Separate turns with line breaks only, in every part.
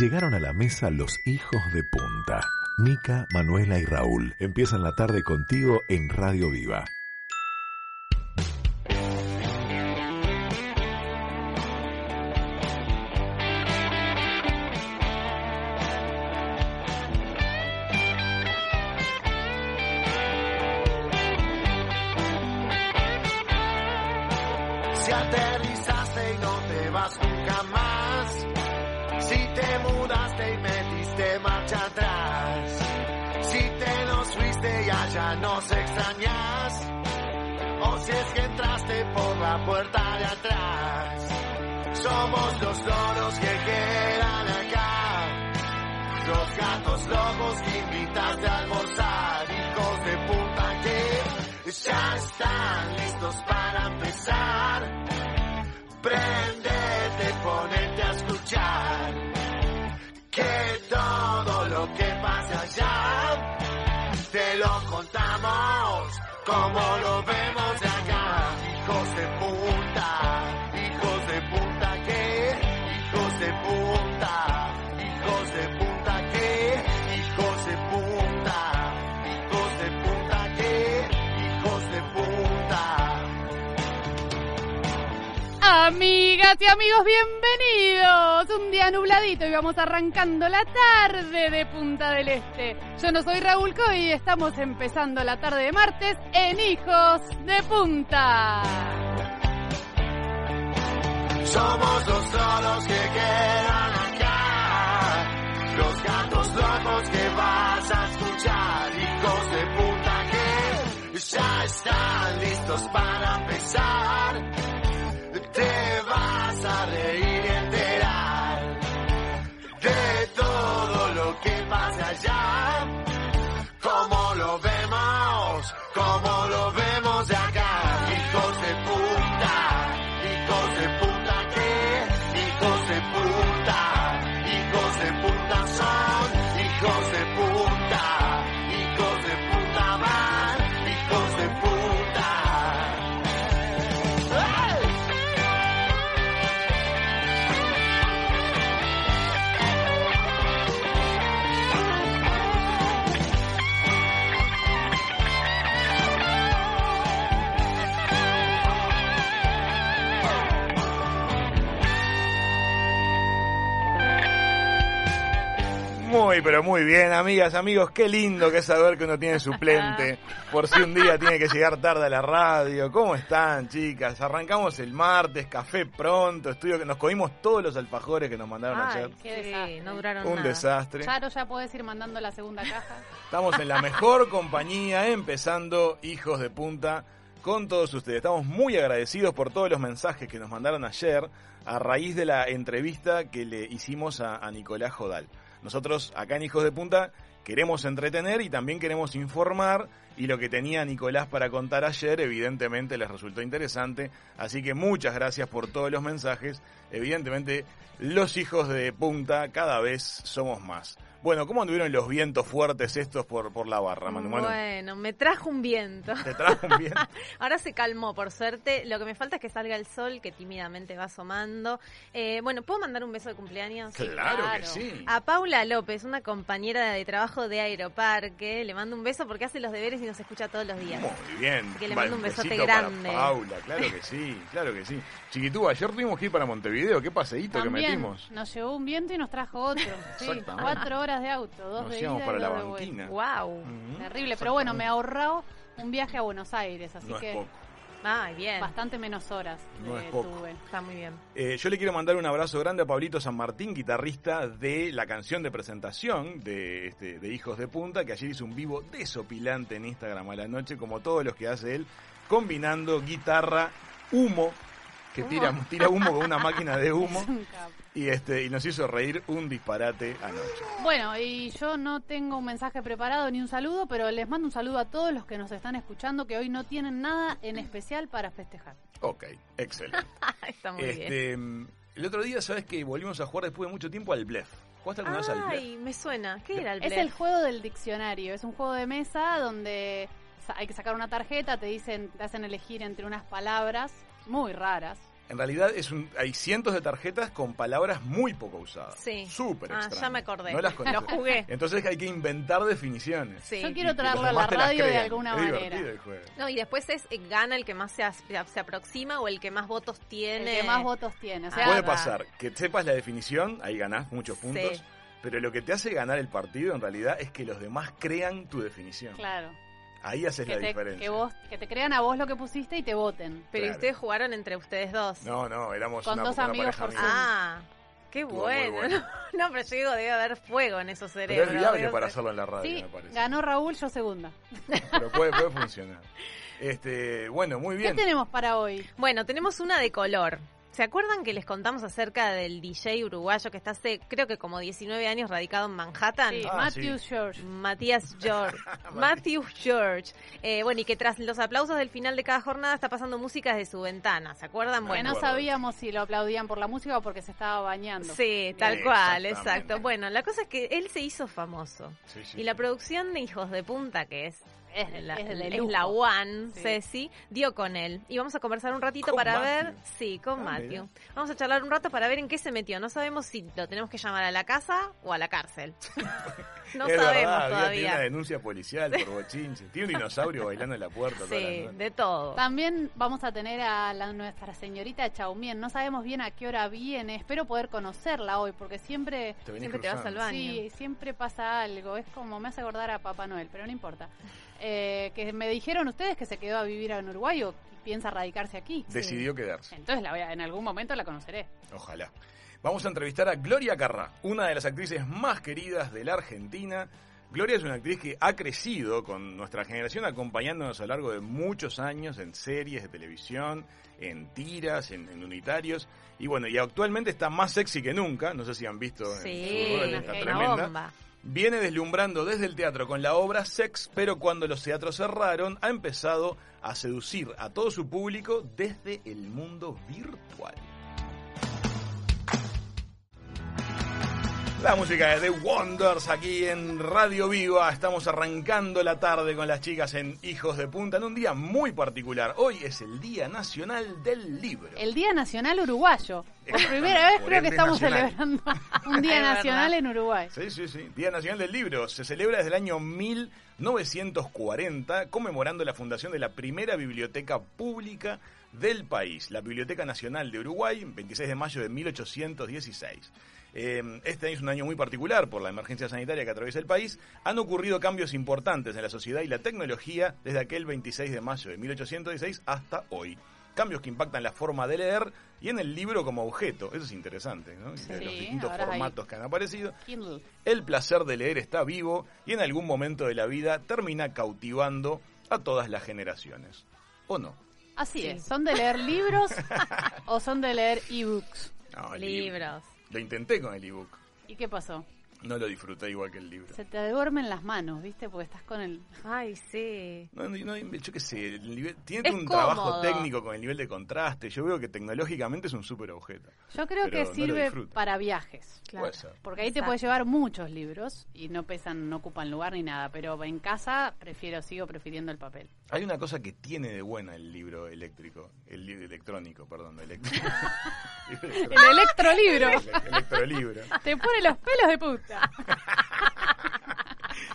Llegaron a la mesa los hijos de punta. Mica, Manuela y Raúl empiezan la tarde contigo en Radio Viva.
Si aterrizaste y no te vas nunca más. Si te mudaste y metiste marcha atrás. Si te nos fuiste y allá nos extrañas. O si es que entraste por la puerta de atrás. Somos los loros que quedan acá. Los gatos locos que invitaste a almorzar. Hijos de punta que ya están listos para empezar. Prendete, ponete a escuchar que todo lo que pasa allá te lo contamos como lo vemos de acá. Hijos de puta, hijos de puta que, hijos de puta, hijos de puta que, hijos de puta, hijos de puta que, hijos de puta.
Amigas y amigos, bienvenidos. Un día nubladito y vamos arrancando la tarde de Punta del Este. Yo no soy Raúl Coy y estamos empezando la tarde de martes en Hijos de Punta.
Somos los solos que quedan acá. Los gatos locos que vas a escuchar. Hijos de puta que ya están listos para empezar. Te vas a reír y enterar de todo lo que pasa allá. Como lo vemos, como lo vemos de acá. Hijos de puta, hijos de puta que, hijos de puta, hijos de puta son, hijos de puta, hijos de puta van, hijos de puta. ¡Ay!
Muy, pero muy bien, amigas, amigos. Qué lindo que es saber que uno tiene suplente. Por si un día tiene que llegar tarde a la radio. ¿Cómo están, chicas? Arrancamos el martes, café pronto, estudio que nos comimos todos los alfajores que nos mandaron ayer.
qué desastre.
no duraron
Un
nada.
desastre.
Charo, ya podés ir mandando la segunda caja.
Estamos en la mejor compañía, empezando Hijos de Punta con todos ustedes. Estamos muy agradecidos por todos los mensajes que nos mandaron ayer a raíz de la entrevista que le hicimos a, a Nicolás Jodal. Nosotros acá en Hijos de Punta queremos entretener y también queremos informar y lo que tenía Nicolás para contar ayer evidentemente les resultó interesante. Así que muchas gracias por todos los mensajes. Evidentemente los hijos de punta cada vez somos más. Bueno, ¿cómo anduvieron los vientos fuertes estos por, por la barra, Manu? Manu?
Bueno, me trajo un viento.
¿Te trajo un viento?
Ahora se calmó, por suerte. Lo que me falta es que salga el sol, que tímidamente va asomando. Eh, bueno, ¿puedo mandar un beso de cumpleaños?
Claro que sí.
A Paula López, una compañera de trabajo de Aeroparque. Le mando un beso porque hace los deberes y nos escucha todos los días.
Muy bien.
Que le
Va,
mando un besote
besito para
grande.
Paula, claro que sí, claro que sí. Chiquitú, ayer tuvimos que ir para Montevideo, qué paseíto que
También
metimos.
nos llegó un viento y nos trajo otro. Sí,
Exactamente.
cuatro horas de auto, dos
Nos
de
íbamos
ida y
para la
dos de vuelta.
banquina.
Wow.
Ujú.
Terrible, pero bueno, me he ahorrado un viaje a Buenos Aires, así
No es
que
poco.
Ay, bien.
bastante menos horas
No
eh,
es poco.
tuve.
Está muy bien.
Eh, yo le quiero mandar un abrazo grande a Pablito San Martín, guitarrista de la canción de presentación de, este, de Hijos de Punta, que ayer hizo un vivo desopilante en Instagram a la noche, como todos los que hace él, combinando guitarra, humo, que tira, tira humo con una máquina de humo,
Es un capo.
y, este, y nos hizo reír un disparate anoche.
Bueno, y yo no tengo un mensaje preparado ni un saludo, pero les mando un saludo a todos los que nos están escuchando que hoy no tienen nada en especial para festejar.
Ok, excelente.
Está muy bien.
Este, el otro día, ¿sabes que Volvimos a jugar después de mucho tiempo al Blef. ¿Jugaste alguna vez al Blef?
Ay, me suena. ¿Qué era el
Es
blef?
el juego del diccionario, es un juego de mesa donde sa- hay que sacar una tarjeta, te dicen, te hacen elegir entre unas palabras muy raras,
En realidad es un, hay cientos de tarjetas con palabras muy poco usadas.
Sí.
Súper
Ah,
extrañas.
ya me acordé.
No las
Lo
conoces.
jugué.
Entonces hay que inventar definiciones.
Sí.
Yo quiero
Y que
traerlo
los
a la
demás te las
radio de
crean.
alguna
Es
manera.
divertido el juego.
No, y después es eh, gana el que más se, as- se se aproxima o el que más votos
El
tiene.
que más votos tiene. O sea,
Puede
va.
pasar que sepas la definición, ahí ganás muchos puntos,
Sí.
pero lo que te hace ganar el partido en realidad es que los demás crean tu definición.
claro.
Ahí haces
Que
la
te,
diferencia.
que, vos, que te crean a vos lo que pusiste y te voten.
Pero
Claro.
ustedes jugaron entre ustedes dos.
No, no, éramos
Con
una,
dos
una
amigos
pareja
por
amiga.
Ah, qué
Estuvo muy
bueno. No, pero yo digo, debe haber fuego en esos
Pero
cerebros.
es viable
debe
para
ser-
hacerlo en la radio,
sí,
me parece.
ganó Raúl, yo segunda.
Pero puede, puede funcionar. Este, bueno, muy
¿Qué
bien.
tenemos para hoy?
Bueno, tenemos una de color. ¿Se acuerdan que les contamos acerca del DJ uruguayo que está hace, creo que como 19 años, radicado en Manhattan?
Sí,
Ah,
Matthew
sí.
George.
Matías George. Matthew George. Eh, bueno, y que tras los aplausos del final de cada jornada está pasando música desde su ventana. ¿Se acuerdan?
Me
Que
Bueno,
no
acuerdo.
sabíamos si lo aplaudían por la música o porque se estaba bañando.
sí, tal cual,
Exactamente.
exacto. Bueno, la cosa es que él se hizo famoso.
Sí, sí.
Y la producción de Hijos de Punta, que es
Es,
la,
es de
es
lujo.
la One,
Sí.
Ceci, dio con él. Y vamos a conversar un ratito
¿Con
para ver.
Matthew?
Sí, con
Ah,
Matthew.
mira.
Vamos a charlar un rato para ver en qué se metió. No sabemos si lo tenemos que llamar a la casa o a la cárcel. No
Es
sabemos
verdad, había- Tiene una
todavía.
denuncia policial por bochinche. Tiene un dinosaurio bailando en la puerta. toda la
Sí,
noche.
de todo.
También vamos a tener a la- nuestra señorita Chaumien. No sabemos bien a qué hora viene. Espero poder conocerla hoy porque siempre
Te venís
Siempre te vas
cruzando.
al baño.
Sí, siempre pasa algo. Es como me hace acordar a Papá Noel, pero no importa. Eh, que me dijeron ustedes que se quedó a vivir en Uruguay o piensa radicarse aquí.
Decidió quedarse.
Entonces la voy a- en algún momento la conoceré.
Ojalá. Vamos a entrevistar a Gloria Carrá, una de las actrices más queridas de la Argentina. Gloria es una actriz que ha crecido con nuestra generación, acompañándonos a lo largo de muchos años en series de televisión, en tiras, en, en unitarios. Y bueno, y actualmente está más sexy que nunca. No sé si han visto. en
Sí,
su rol,
una
está
genia
una
tremenda.
bomba.
Viene deslumbrando desde el teatro con la obra Sex, pero cuando los teatros cerraron, ha empezado a seducir a todo su público desde el mundo virtual. La música de The Wonders aquí en Radio Viva. Estamos arrancando la tarde con las chicas en Hijos de Punta en un día muy particular. Hoy es el Día Nacional del Libro.
El Día Nacional Uruguayo. Por
Exactamente,
primera vez
por
creo que
ende
estamos
nacional.
celebrando un Día
Es verdad.
Nacional en Uruguay.
Sí, sí, sí. Día Nacional del Libro. Se celebra desde el año 1940, conmemorando la fundación de la primera biblioteca pública del país, la Biblioteca Nacional de Uruguay, 26 de mayo de 1816. Eh, este año es un año muy particular por la emergencia sanitaria que atraviesa el país. Han ocurrido cambios importantes en la sociedad y la tecnología desde aquel 26 de mayo de 1816 hasta hoy. Cambios que impactan la forma de leer y en el libro como objeto. Eso es interesante, ¿no? Entre los
Sí,
distintos
ahora hay-
formatos que han aparecido.
Kindle.
El placer de leer está vivo y en algún momento de la vida termina cautivando a todas las generaciones. ¿O no?
Así
Sí.
es. ¿Son de leer libros o son de leer ebooks?
No, el libro.
Libros.
Lo intenté con el ebook.
¿Y qué pasó?
No lo disfruté igual que el libro.
Se te duermen las manos, ¿viste? Porque estás con el...
Ay, sí.
No, no, no, yo qué sé, el nivel- tiene
Es
un
cómodo.
trabajo técnico con el nivel de contraste. Yo veo que tecnológicamente es un súper objeto.
Yo creo
Pero no
que
lo
sirve
disfruto.
para viajes.
Claro.
Puede ser.
Porque ahí te
Exacto.
puedes llevar muchos libros y no pesan, no ocupan lugar ni nada, pero en casa prefiero, sigo prefiriendo el papel.
Hay una cosa que tiene de buena el libro eléctrico, el libro electrónico, perdón, eléctrico. Ah,
El electrolibro
El electrolibro.
te pone los pelos de puta.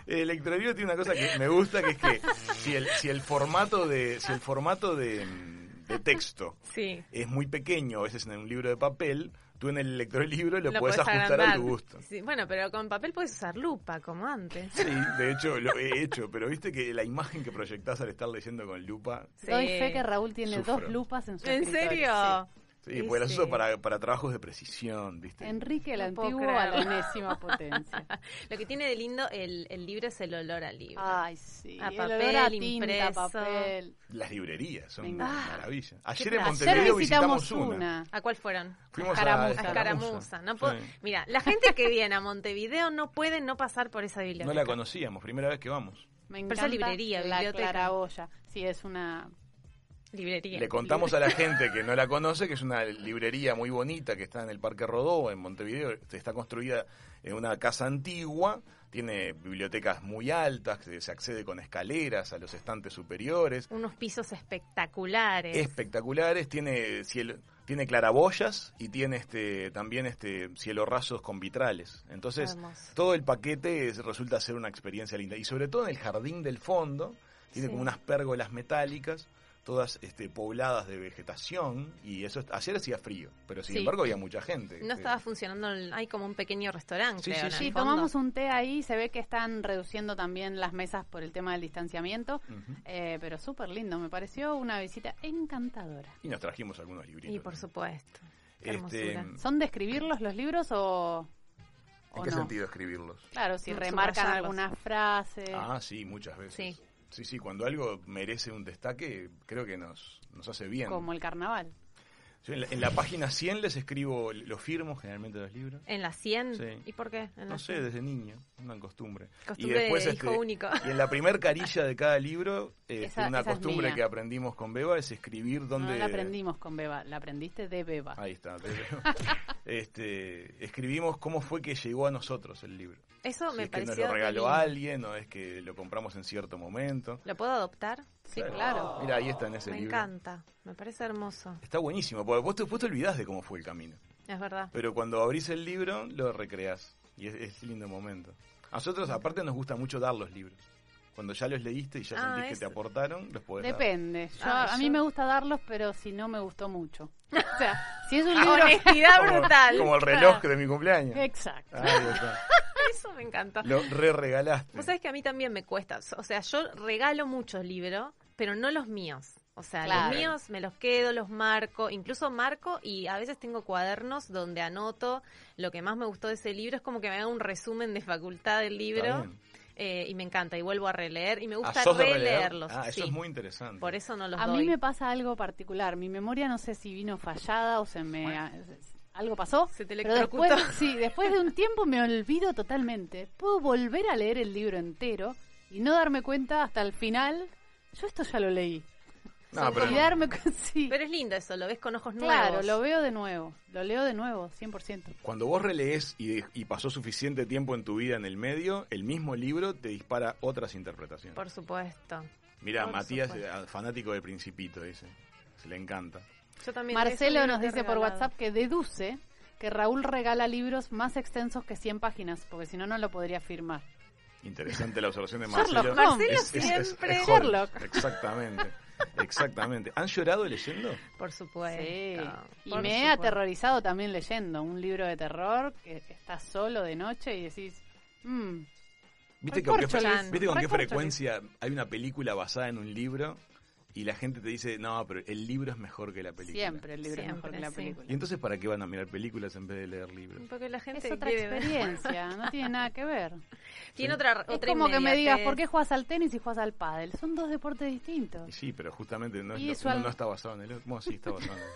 El electrolibro Eh, tiene una cosa que me gusta, que es que si el, si el formato de si el formato de, mm, de texto
Sí.
es muy pequeño, a veces en un libro de papel, tú en el electrolibro lo, puedes ajustar a
agrandar.
tu gusto.
Sí, bueno, pero con papel puedes usar lupa, como antes.
Sí, de hecho lo he hecho, pero viste que la imagen que proyectás al estar leyendo con lupa,
Sí.
Doy fe que Raúl tiene
Sufro.
dos lupas en su
¿En
escritorio.
serio?
sí,
Y
pues las
sí.
uso para, para trabajos de precisión,
Sí.
¿viste?
Enrique el
No puedo
Antiguo a la
creerlo.
enésima potencia.
Lo que tiene de lindo el, el libro es el olor al libro.
Ay, sí.
A
el olor a
papel,
tinta,
impreso.
papel.
Las librerías son
Venga.
una maravilla. Ayer en
placer.
Montevideo
Ayer visitamos,
visitamos una.
una.
¿A cuál fueron?
Fuimos
Escaramuza.
a
A
Escaramuza.
Escaramuza. No puedo-
Sí.
Mira, la gente que viene a Montevideo no puede no pasar por esa biblioteca.
No la conocíamos, primera vez que vamos.
Me
Pero
encanta
esa librería,
la
biblioteca.
claraboya. Sí, es una...
Librería.
Le contamos a la gente que no la conoce que es una librería muy bonita que está en el Parque Rodó, en Montevideo. Está construida en una casa antigua, tiene bibliotecas muy altas, que se accede con escaleras a los estantes superiores,
Unos pisos espectaculares.
espectaculares, tiene cielo, tiene claraboyas y tiene este también este cielo rasos con vitrales. Entonces,
Hermoso.
todo el paquete es- resulta ser una experiencia linda. Y sobre todo en el jardín del fondo, tiene
Sí.
como unas pérgolas metálicas, todas este, pobladas de vegetación. Y eso, ayer hacía frío, pero sin
Sí.
embargo había mucha gente.
No
Eh,
estaba funcionando, el- hay como un pequeño restaurante.
Sí,
creo,
sí,
en el
sí.
Sí,
fondo.
tomamos un té ahí, se ve que están reduciendo también las mesas por el tema del distanciamiento,
ujú.
eh, pero súper lindo, me pareció una visita encantadora.
Y nos trajimos algunos libritos.
Y por supuesto. qué
Este,
hermosura.
¿Son de escribirlos los libros o, o
¿En qué
no?
sentido escribirlos?
Claro, si
Sub-
remarcan
subrayarlos.
algunas frases.
Ah, sí, muchas veces.
Eh, Sí.
Sí, sí, cuando algo merece un destaque, creo que nos, nos hace bien.
Como el carnaval.
Yo en, la, en la página 100 les escribo, los firmo generalmente los libros.
¿En la 100?
Sí.
¿Y por qué? En la
No sé, desde niño, una costumbre. este,
Costumbre de hijo único.
Y en la primer carilla de cada libro, este,
Esa-
una
esa es
costumbre
mía.
que aprendimos con Beba es escribir donde...
No la aprendimos con Beba, la aprendiste de Beba.
Ahí está. te veo. este, escribimos cómo fue que llegó a nosotros el libro.
Eso
Si
me
es que
pareció.
nos lo regaló
lindo.
alguien o es que lo compramos en cierto momento.
¿Lo puedo adoptar?
Sí, claro.
Mira, ahí está en ese
me
libro.
encanta. Me parece hermoso.
Está buenísimo, porque vos te, vos te olvidás de cómo fue el camino.
Es verdad.
Pero cuando abrís el libro, lo recreás. Y es, es lindo momento. A nosotros, aparte, nos gusta mucho dar los libros. Cuando ya los leíste y ya
Ah,
sentís que
eso.
te aportaron, los podés dar.
Depende. Yo-
Ah,
a
yo-
mí me gusta darlos, pero si no me gustó mucho. O sea, si es
Ah,
un libro...
Honestidad
Como-
brutal.
Como el reloj de mi cumpleaños.
Exacto.
Ahí está.
Eso me encanta.
Lo re-regalaste.
Vos sabés que a mí también me cuesta. O sea, yo regalo muchos libros, pero no los míos. O sea,
Claro.
los míos me los quedo, los marco, incluso marco y a veces tengo cuadernos donde anoto lo que más me gustó de ese libro. Es como que me haga un resumen de facultad del
Está
libro
bien.
eh, y me encanta y vuelvo a releer y me
Ah,
gusta
¿sos de releer?
releerlos.
Ah, eso
sí.
es muy interesante.
Por eso no los
A
doy.
mí me pasa algo particular. Mi memoria no sé si vino fallada o se me... Algo pasó.
Se te
Pero
electrocutó.
después, sí, después de un tiempo me olvido totalmente. Puedo volver a leer el libro entero y no darme cuenta hasta el final. Yo esto ya lo leí.
No, pero-
Y darme cu- sí.
Pero es lindo eso, lo ves con ojos
claro,
nuevos.
lo veo de nuevo. Lo leo de nuevo, 100%.
Cuando vos relees y, de- y pasó suficiente tiempo en tu vida en el medio, el mismo libro te dispara otras interpretaciones.
Por supuesto.
Mira,
por
Matías,
supuesto.
eh, fanático de Principito, dice. Se le encanta.
Yo también
Marcelo
eso
nos
me
dice por
regalado.
WhatsApp que deduce que Raúl regala libros más extensos que 100 páginas, porque si no, no lo podría firmar.
Interesante la observación de
Sherlock
Marcelo.
Holmes.
Marcelo siempre.
Holmes.
Sherlock.
Exactamente, exactamente. ¿Han llorado leyendo?
Por supuesto.
Sí. Y
por
me he
supuesto.
aterrorizado también leyendo un libro de terror que estás solo de noche y decís, "Mm,
¿Viste, que con qué, fre-
Recorcholis.
viste con qué
Recorcholis.
frecuencia hay una película basada en un libro y la gente te dice, no, pero el libro es mejor que la película?
siempre el libro es mejor
Siempre,
que la
sí.
película.
¿Y entonces para qué van a mirar películas en vez de leer libros?
Porque la gente
Es otra
quiere ver.
experiencia, no tiene nada que ver.
Tiene otra,
Es
otra
como que me digas,
inmediatez.
¿por qué juegas al tenis y juegas al pádel? Son dos deportes
Y
distintos.
sí, pero justamente no, es
Y
lo-
eso
uno
al-
no está basado en el otro. Bueno, sí, está basado en el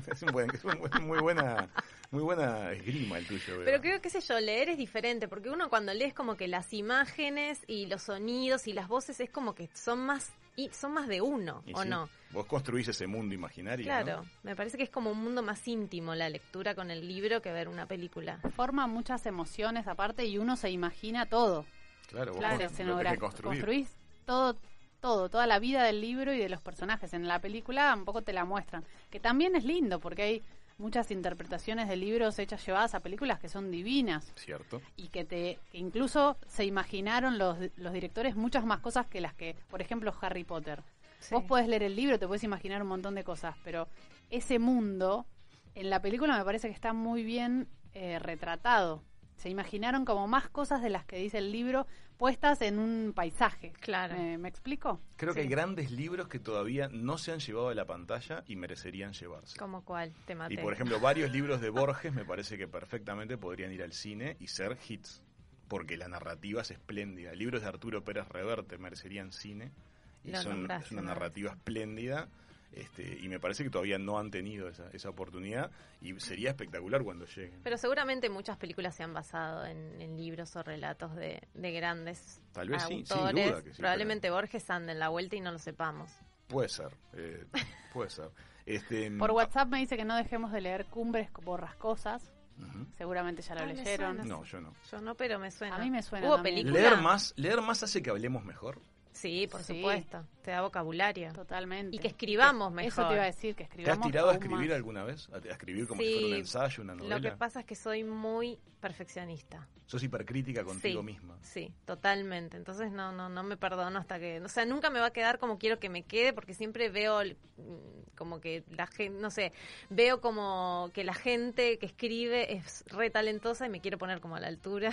otro. es un buen- es un buen- muy, buena, muy buena esgrima el tuyo. Beba.
Pero creo, qué sé yo, leer es diferente, porque uno cuando lees como que las imágenes y los sonidos y las voces es como que son más y son más de uno,
Y
¿o
sí,
no?
Vos construís ese mundo imaginario. ¿no?
Claro, me parece que es como un mundo más íntimo la lectura con el libro que ver una película.
Forma muchas emociones aparte y uno se imagina todo.
Claro, vos
Claro,
constru- lo tenés que
escenografía.
construir.
Construís todo, todo, toda la vida del libro y de los personajes. En la película un poco te la muestran. Que también es lindo porque hay muchas interpretaciones de libros hechas llevadas a películas que son divinas
Cierto.
y que te que incluso se imaginaron los, los directores muchas más cosas que las que, por ejemplo, Harry Potter.
Sí.
Vos podés leer el libro, te puedes imaginar un montón de cosas, pero ese mundo en la película me parece que está muy bien eh, retratado. Se imaginaron como más cosas de las que dice el libro puestas en un paisaje.
Claro.
¿Me, me explico?
Creo que
Sí.
hay grandes libros que todavía no se han llevado a la pantalla y merecerían llevarse.
Como cuál, te maté.
Y por ejemplo, varios libros de Borges me parece que perfectamente podrían ir al cine y ser hits, porque la narrativa es espléndida. Libros de Arturo Pérez Reverte merecerían cine y
Lo
son
nombraste,
es una
¿no?
narrativa espléndida. Este, y me parece que todavía no han tenido esa, esa oportunidad y sería espectacular cuando lleguen.
Pero seguramente muchas películas se han basado en, en libros o relatos de, de grandes
Tal vez sí, sin
autores.
duda que sí,
Probablemente Borges anda en la vuelta y no lo sepamos.
Puede ser, eh, puede ser. Este,
Por WhatsApp me dice que no dejemos de leer Cumbres Borrascosas.
ujú.
Seguramente ya lo
Ah, me
leyeron.
suena.
No, yo no.
Yo no, pero me suena.
A mí me suena
¿Hubo
también.
película?
Leer más, leer más hace que hablemos mejor.
Sí, por
Sí.
supuesto. Te da vocabulario.
Totalmente.
Y que escribamos
Eso te
mejor.
iba a decir, que
¿Te has
escribamos.
tirado a
aún
escribir
más.
alguna vez? ¿A a escribir como
Sí,
si fuera un ensayo, una novela?
Lo que pasa es que soy muy perfeccionista.
Sos hipercrítica contigo
Sí.
misma.
Sí, totalmente. Entonces no, no, no me perdono hasta que, o sea, nunca me va a quedar como quiero que me quede, porque siempre veo mm, como que la gente, no sé, veo como que la gente que escribe es re talentosa y me quiero poner como a la altura.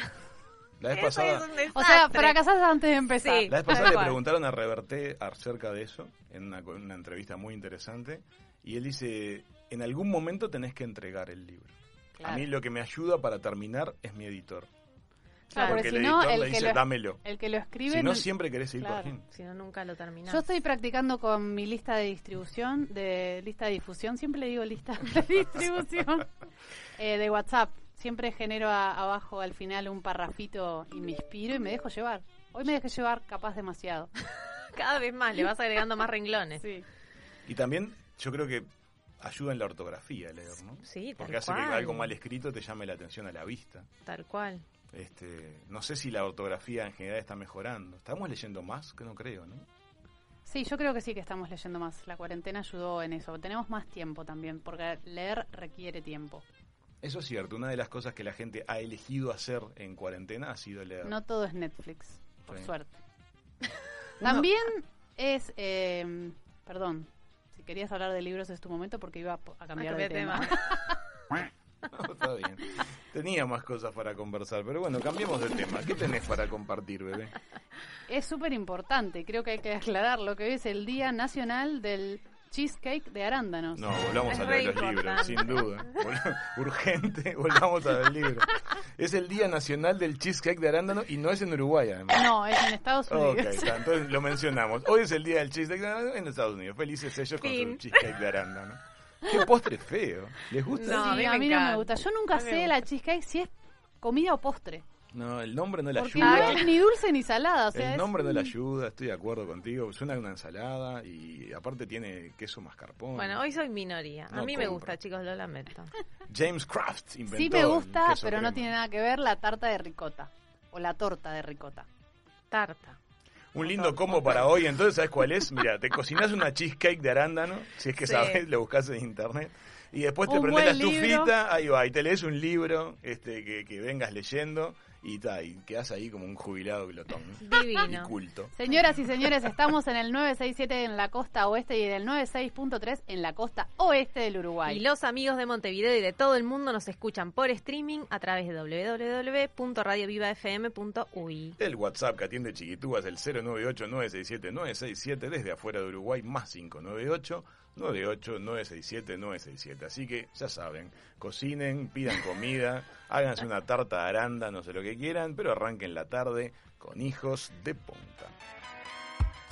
La vez
Eso
pasada,
es un
O sea,
desastre.
fracasaste antes de empezar.
Ah, Sí.
La vez pasada
Tal
le
cual.
preguntaron a Reverté acerca de eso, en una, en una entrevista muy interesante, y él dice, en algún momento tenés que entregar el libro. A
Claro.
mí lo que me ayuda para terminar es mi editor.
Claro,
Claro,
porque
porque si
el
no,
editor
el
le
que
dice,
lo-
dámelo.
El que lo escribe.
Si no,
no-
siempre querés ir
Claro.
por fin.
Si no, nunca lo terminás.
Yo estoy practicando con mi lista de distribución, de lista de difusión, siempre le digo lista de distribución, eh, de WhatsApp. Siempre genero a- abajo al final un parrafito y me inspiro y me dejo llevar. Hoy me dejé llevar capaz demasiado.
Cada vez más, le vas agregando más renglones. Sí,
Sí.
Y también yo creo que ayuda en la ortografía leer, ¿no?
tal
Porque hace que
cual.
algo mal escrito te llame la atención a la vista.
Tal cual.
Este, no sé si la ortografía en general está mejorando. ¿Estamos leyendo más? Que no creo, ¿no?
Sí, yo creo que sí que estamos leyendo más. La cuarentena ayudó en eso. Tenemos más tiempo también, porque leer requiere tiempo.
Eso es cierto. Una de las cosas que la gente ha elegido hacer en cuarentena ha sido leer.
No todo es Netflix, por
Sí.
suerte. También es, eh, perdón, si querías hablar de libros es tu momento porque iba a po- a cambiar de
cambiar
tema.
tema.
No, está bien. Tenía más cosas para conversar, pero bueno, cambiemos de tema. ¿Qué tenés para compartir, bebé?
Es súper importante, creo que hay que aclararlo, que hoy es el Día Nacional del Cheesecake de Arándanos.
No, volvamos
Es
a
re
leer los libros,
importante.
sin duda. Vol- Urgente, volvamos a leer libros. Es el Día Nacional del Cheesecake de Arándano y no es en Uruguay, además.
No, es en Estados
Ok,
Unidos.
está, entonces lo mencionamos. Hoy es el día del cheesecake de arándano en Estados Unidos. Felices ellos con su
Fin.
cheesecake de arándano. Qué postre feo. ¿Les gusta?
No, a
Sí,
mí
a
me
mí no me
encanta.
gusta. Yo nunca
A mí me
sé
gusta.
la cheesecake si es comida o postre.
No, el nombre no le
Porque
ayuda.
no es ni dulce ni salada. O sea,
el
es
nombre no le
un-
ayuda, estoy de acuerdo contigo. Suena una ensalada y aparte tiene queso mascarpone.
Bueno, hoy soy minoría. A
No
mí me
compro.
gusta, chicos, lo lamento.
James Craft inventó
Sí me
el
gusta,
queso
pero no
crema.
tiene nada que ver la tarta de ricota o la torta de ricota.
Tarta.
Un lindo combo para hoy, entonces, ¿sabes cuál es? Mira, te cocinas una cheesecake de arándano, si es que
Sí.
sabes, lo buscas en internet. Y después te
Un
prendes la
buen libro.
estufita, ahí va, y te lees un libro este que, que vengas leyendo y, ta, y quedas ahí como un jubilado glotón. Y
Divino.
culto.
Señoras y señores, estamos en el 967 en la costa oeste y en el 96.3 en la costa oeste del Uruguay.
Y los amigos de Montevideo y de todo el mundo nos escuchan por streaming a través de www.radiovivafm.uy.
El WhatsApp que atiende Chiquitúa es el 098-967-967 desde afuera de Uruguay, más 598-98-967-967. Así que ya saben, cocinen, pidan comida, háganse una tarta de aranda, no sé lo que quieran, pero arranquen la tarde con hijos de punta.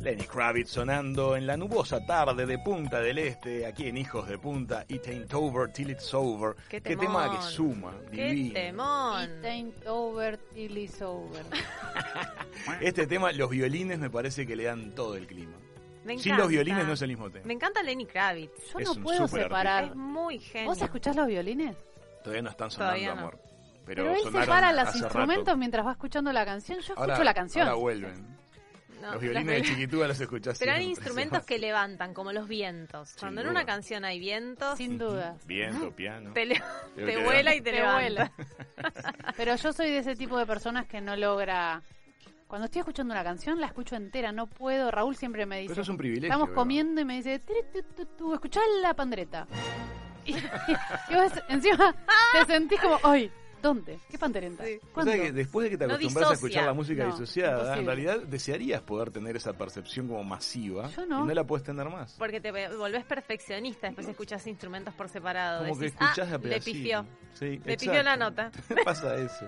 Lenny Kravitz sonando en la nubosa tarde de Punta del Este, aquí en Hijos de Punta, It Ain't Over Till It's Over.
Qué
tema que
temón.
suma,
¡Qué
divino.
temón!
It ain't over till it's over.
Este tema, los violines me parece que le dan todo el clima.
Me
Sin los
encanta.
violines no es el mismo tema.
Me encanta Lenny Kravitz.
Yo
Es
no
un
puedo
superartista.
separar.
Es muy genio.
¿Vos escuchás los violines?
Todavía no están sonando,
Todavía no.
amor. Pero,
Pero, él
sonaron
separa los
hace
instrumentos
rato.
mientras va escuchando la canción. Yo
Ahora-
escucho la canción.
Ahora vuelven.
No,
los
las
violines de
violines-
chiquitúa los escuchás
Pero hay
siempre.
instrumentos que levantan, como los vientos. Cuando en
duda.
una canción hay vientos,
Sin duda.
Viento, piano.
te, le-
Te
Ah. te
levanta.
vuela y te,
Te
levanta.
vuela. Pero yo soy de ese tipo de personas que no logra... Cuando estoy escuchando una canción, la escucho entera, no puedo. Raúl siempre me
Pero
dice,
eso es un privilegio.
estamos
¿verdad?
comiendo y me dice, "Tiri, tu, tu, tu, escuchá la pandreta. Y, y vos encima te sentís como, hoy ¿Dónde? ¿Qué panterenta?
Sí.
O
¿Cuándo?
sea que después de que te
No
acostumbras a escuchar
disocia.
la música
No,
disociada, en
imposible.
realidad desearías poder tener esa percepción como masiva
Yo no.
y no la puedes tener más.
Porque te ve- volvés perfeccionista, después escuchás instrumentos por separado.
Como que
decís,
escuchás
"Ah,
a
le
pedacito.
pifió.
Sí,
Le pifió la
exacto.
nota.
pasa eso.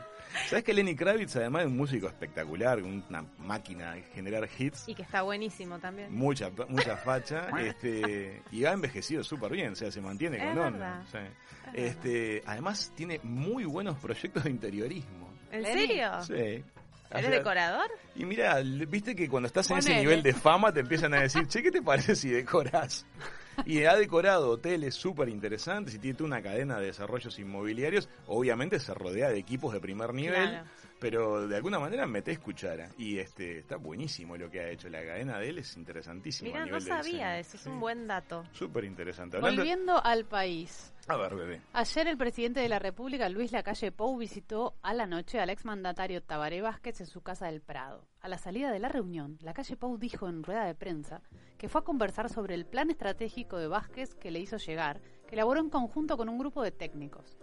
¿Sabes que Lenny Kravitz, además de un músico espectacular, una máquina de generar hits,
Y que está buenísimo también.
mucha mucha facha, este, y ha envejecido súper bien, o sea, se mantiene
Es
con onda.
verdad.
sí. Este, además tiene muy buenos proyectos de interiorismo.
¿En
Lenny.
serio?
Sí. O
¿Eres
sea,
decorador?
y mira, viste que cuando estás en ese
Ponele.
nivel de fama te empiezan a decir, che, ¿qué te parece si decorás? Y ha decorado hoteles súper interesantes y tiene toda una cadena de desarrollos inmobiliarios. Obviamente se rodea de equipos de primer nivel,
Claro.
pero de alguna manera metés cuchara. Y este está buenísimo lo que ha hecho. La cadena de él es interesantísima. a
Mira, no
nivel de
sabía
diseño.
eso, es
Sí.
un buen dato.
Súper interesante. Hablando-
Volviendo al país.
A ver, bebé.
Ayer el presidente de la República, Luis Lacalle Pou, visitó a la noche al exmandatario Tabaré Vázquez en su casa del Prado. A la salida de la reunión, Lacalle Pou dijo en rueda de prensa que fue a conversar sobre el plan estratégico de Vázquez que le hizo llegar, que elaboró en conjunto con un grupo de técnicos.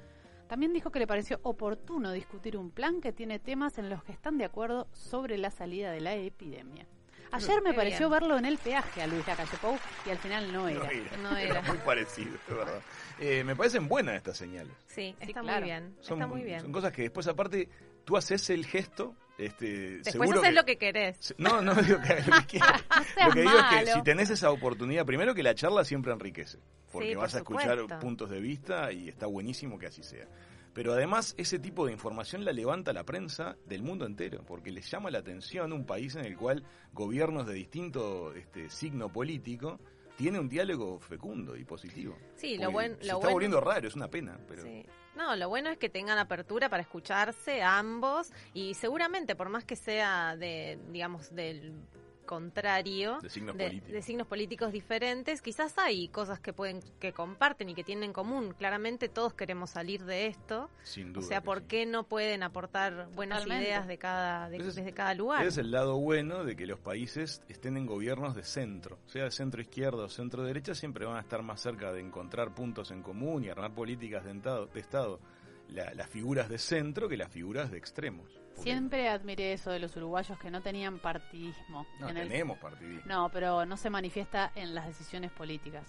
También dijo que le pareció oportuno discutir un plan que tiene temas en los que están de acuerdo sobre la salida de la epidemia. Ayer
Mm,
me
Qué
pareció
bien.
verlo en el peaje a Luis Lacalle Pou y al final no era.
No era,
no
era
era.
muy parecido, de verdad. Eh, me parecen buenas estas señales.
Sí,
Sí,
está
claro.
muy bien.
Son,
está muy bien.
son cosas que después, aparte, tú haces el gesto. Este,
Después
seguro
haces lo que querés.
Se- No, no digo que hagas lo que quieras.
seas
Lo que digo es que
malo.
si tenés esa oportunidad, primero que la charla siempre enriquece, porque
Sí, por
vas a escuchar
supuesto.
puntos de vista y está buenísimo que así sea. Pero además ese tipo de información la levanta la prensa del mundo entero, porque les llama la atención un país en el cual gobiernos de distinto este, signo político tienen un diálogo fecundo y positivo.
Sí, lo
Porque
buen-
se
lo
está
bueno-
volviendo raro, es una pena, pero
Sí. No, lo bueno es que tengan apertura para escucharse ambos y seguramente por más que sea de, digamos, del contrario,
de signo
de,
político.
de signos políticos diferentes, quizás hay cosas que pueden que comparten y que tienen en común. Claramente todos queremos salir de esto,
sin
o
duda.
sea,
que
¿por
sí.
qué no pueden aportar buenas
Totalmente.
ideas de cada de-
Ese es-
desde cada lugar?
Es el lado bueno de que los países estén en gobiernos de centro, sea de centro izquierda o centro derecha, siempre van a estar más cerca de encontrar puntos en común y armar políticas de, entado- de Estado. La- las figuras de centro que las figuras de extremos. Porque
Siempre admiré eso de los uruguayos que no tenían partidismo.
no
en el-
tenemos partidismo.
No, pero no se manifiesta en las decisiones políticas.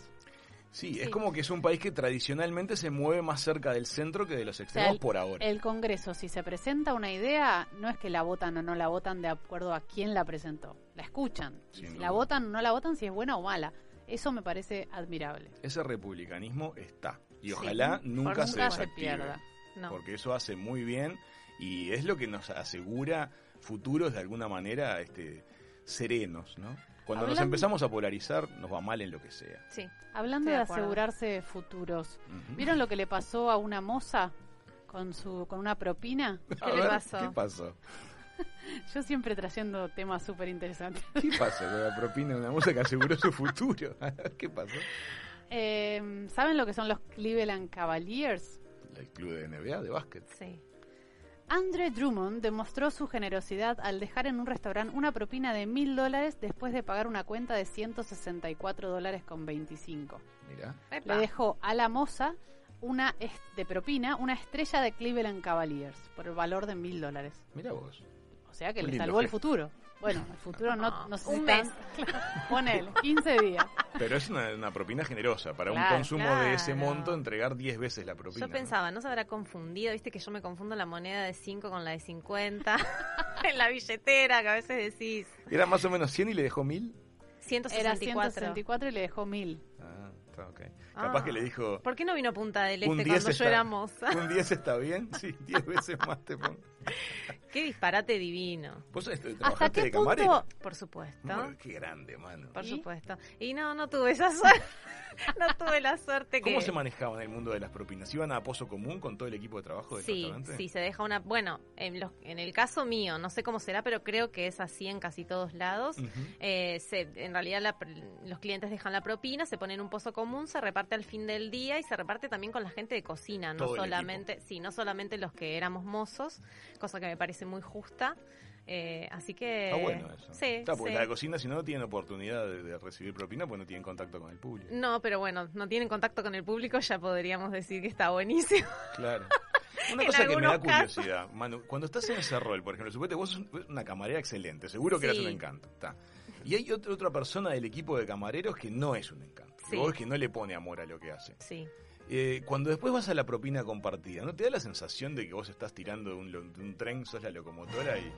Sí, es
Sí.
como que es un país que tradicionalmente se mueve más cerca del centro que de los extremos
el- eh
por ahora.
El Congreso, si se presenta una idea, no es que la votan o no la votan de acuerdo a quién la presentó. La escuchan. Y
Sin
si
duda.
la votan o no la votan, si es buena o mala. Eso me parece admirable.
Ese republicanismo está. Y
Sí,
ojalá
por
nunca,
Nunca
se
se,
desactive.
pierda.
no.
porque eso hace muy bien y es lo que nos asegura futuros de alguna manera este, serenos, ¿no? Cuando nos
Hablando-
empezamos a polarizar, nos va mal en lo que sea.
Sí.
Hablando
Estoy de
de
acuerdo.
asegurarse futuros,
Ujú.
¿vieron lo que le pasó a una moza con, su, con una propina?
A
¿Qué le
ver,
pasó?
¿Qué pasó?
Yo siempre trayendo temas súper interesantes.
¿Qué pasó con la propina de una moza que aseguró su futuro? ¿Qué pasó?
Eh, ¿Saben lo que son los Cleveland Cavaliers?
El club de NBA de básquet.
Sí.
Andre Drummond demostró su generosidad al dejar en un restaurante una propina de mil dólares después de pagar una cuenta de 164 dólares con 25.
Mirá.
Epa.
Le dejó a la moza una est- de propina una estrella de Cleveland Cavaliers por el valor de mil dólares.
Mirá vos.
O sea que
Un
le
lindo
salvó el
gesto.
futuro. Bueno, el futuro no, no sé si
Ah, Un
tan-
mes.
Claro, ponele, 15 días.
Pero es una, una propina generosa. Para un
Claro,
consumo de ese
claro.
monto, entregar 10 veces la propina.
Yo
¿no?
pensaba, ¿no se habrá confundido? Viste que yo me confundo la moneda de 5 con la de 50 en la billetera, que a veces decís
Era más o menos 100 y le dejó 1000.
Era
164.
164 y le dejó mil.
Ah, está ok.
Ah.
Capaz que le dijo,
¿Por qué no vino Punta del
Un
Este
10
cuando yo
está-
era moza?
Un 10 está bien, sí, 10 veces más te pongo.
Qué disparate divino,
¿Vos este,
¿Hasta
trabajaste
qué
de
punto?
camarera?
por supuesto.
Muy- Qué grande, mano.
Por
¿Y?
supuesto. Y no, no tuve esa suerte. no tuve la suerte que...
¿Cómo se manejaba en el mundo de las propinas? ¿Iban a pozo común con todo el equipo de trabajo del
Sí,
restaurante?
sí, se deja una... Bueno, en, los- en el caso mío, no sé cómo será, pero creo que es así en casi todos lados.
Ujú.
Eh, se, en realidad la pr- los clientes dejan la propina, se pone en un pozo común, se reparte al fin del día y se reparte también con la gente de cocina, no
Todo el
solamente, sí, no solamente los que éramos mozos, cosa que me parece muy justa. Eh, así que
Está bueno eso.
Sí,
Está, porque
sí.
la de cocina, si no, no tienen oportunidad de, de recibir propina, pues no tienen contacto con el público.
No, pero bueno, no tienen contacto con el público, ya podríamos decir que está buenísimo.
Claro. Una
En
cosa que me da
algunos casos.
curiosidad, Manu, cuando estás en ese rol, por ejemplo, suponete vos sos una camarera excelente, seguro que eras
Sí.
un encanto. está. Y hay otra, otra persona del equipo de camareros que no es un encanto,
Sí.
o es que no le pone amor a lo que hace.
Sí.
Eh, cuando después vas a la propina compartida, ¿no te da la sensación de que vos estás tirando de un, lo- de un tren, sos la locomotora y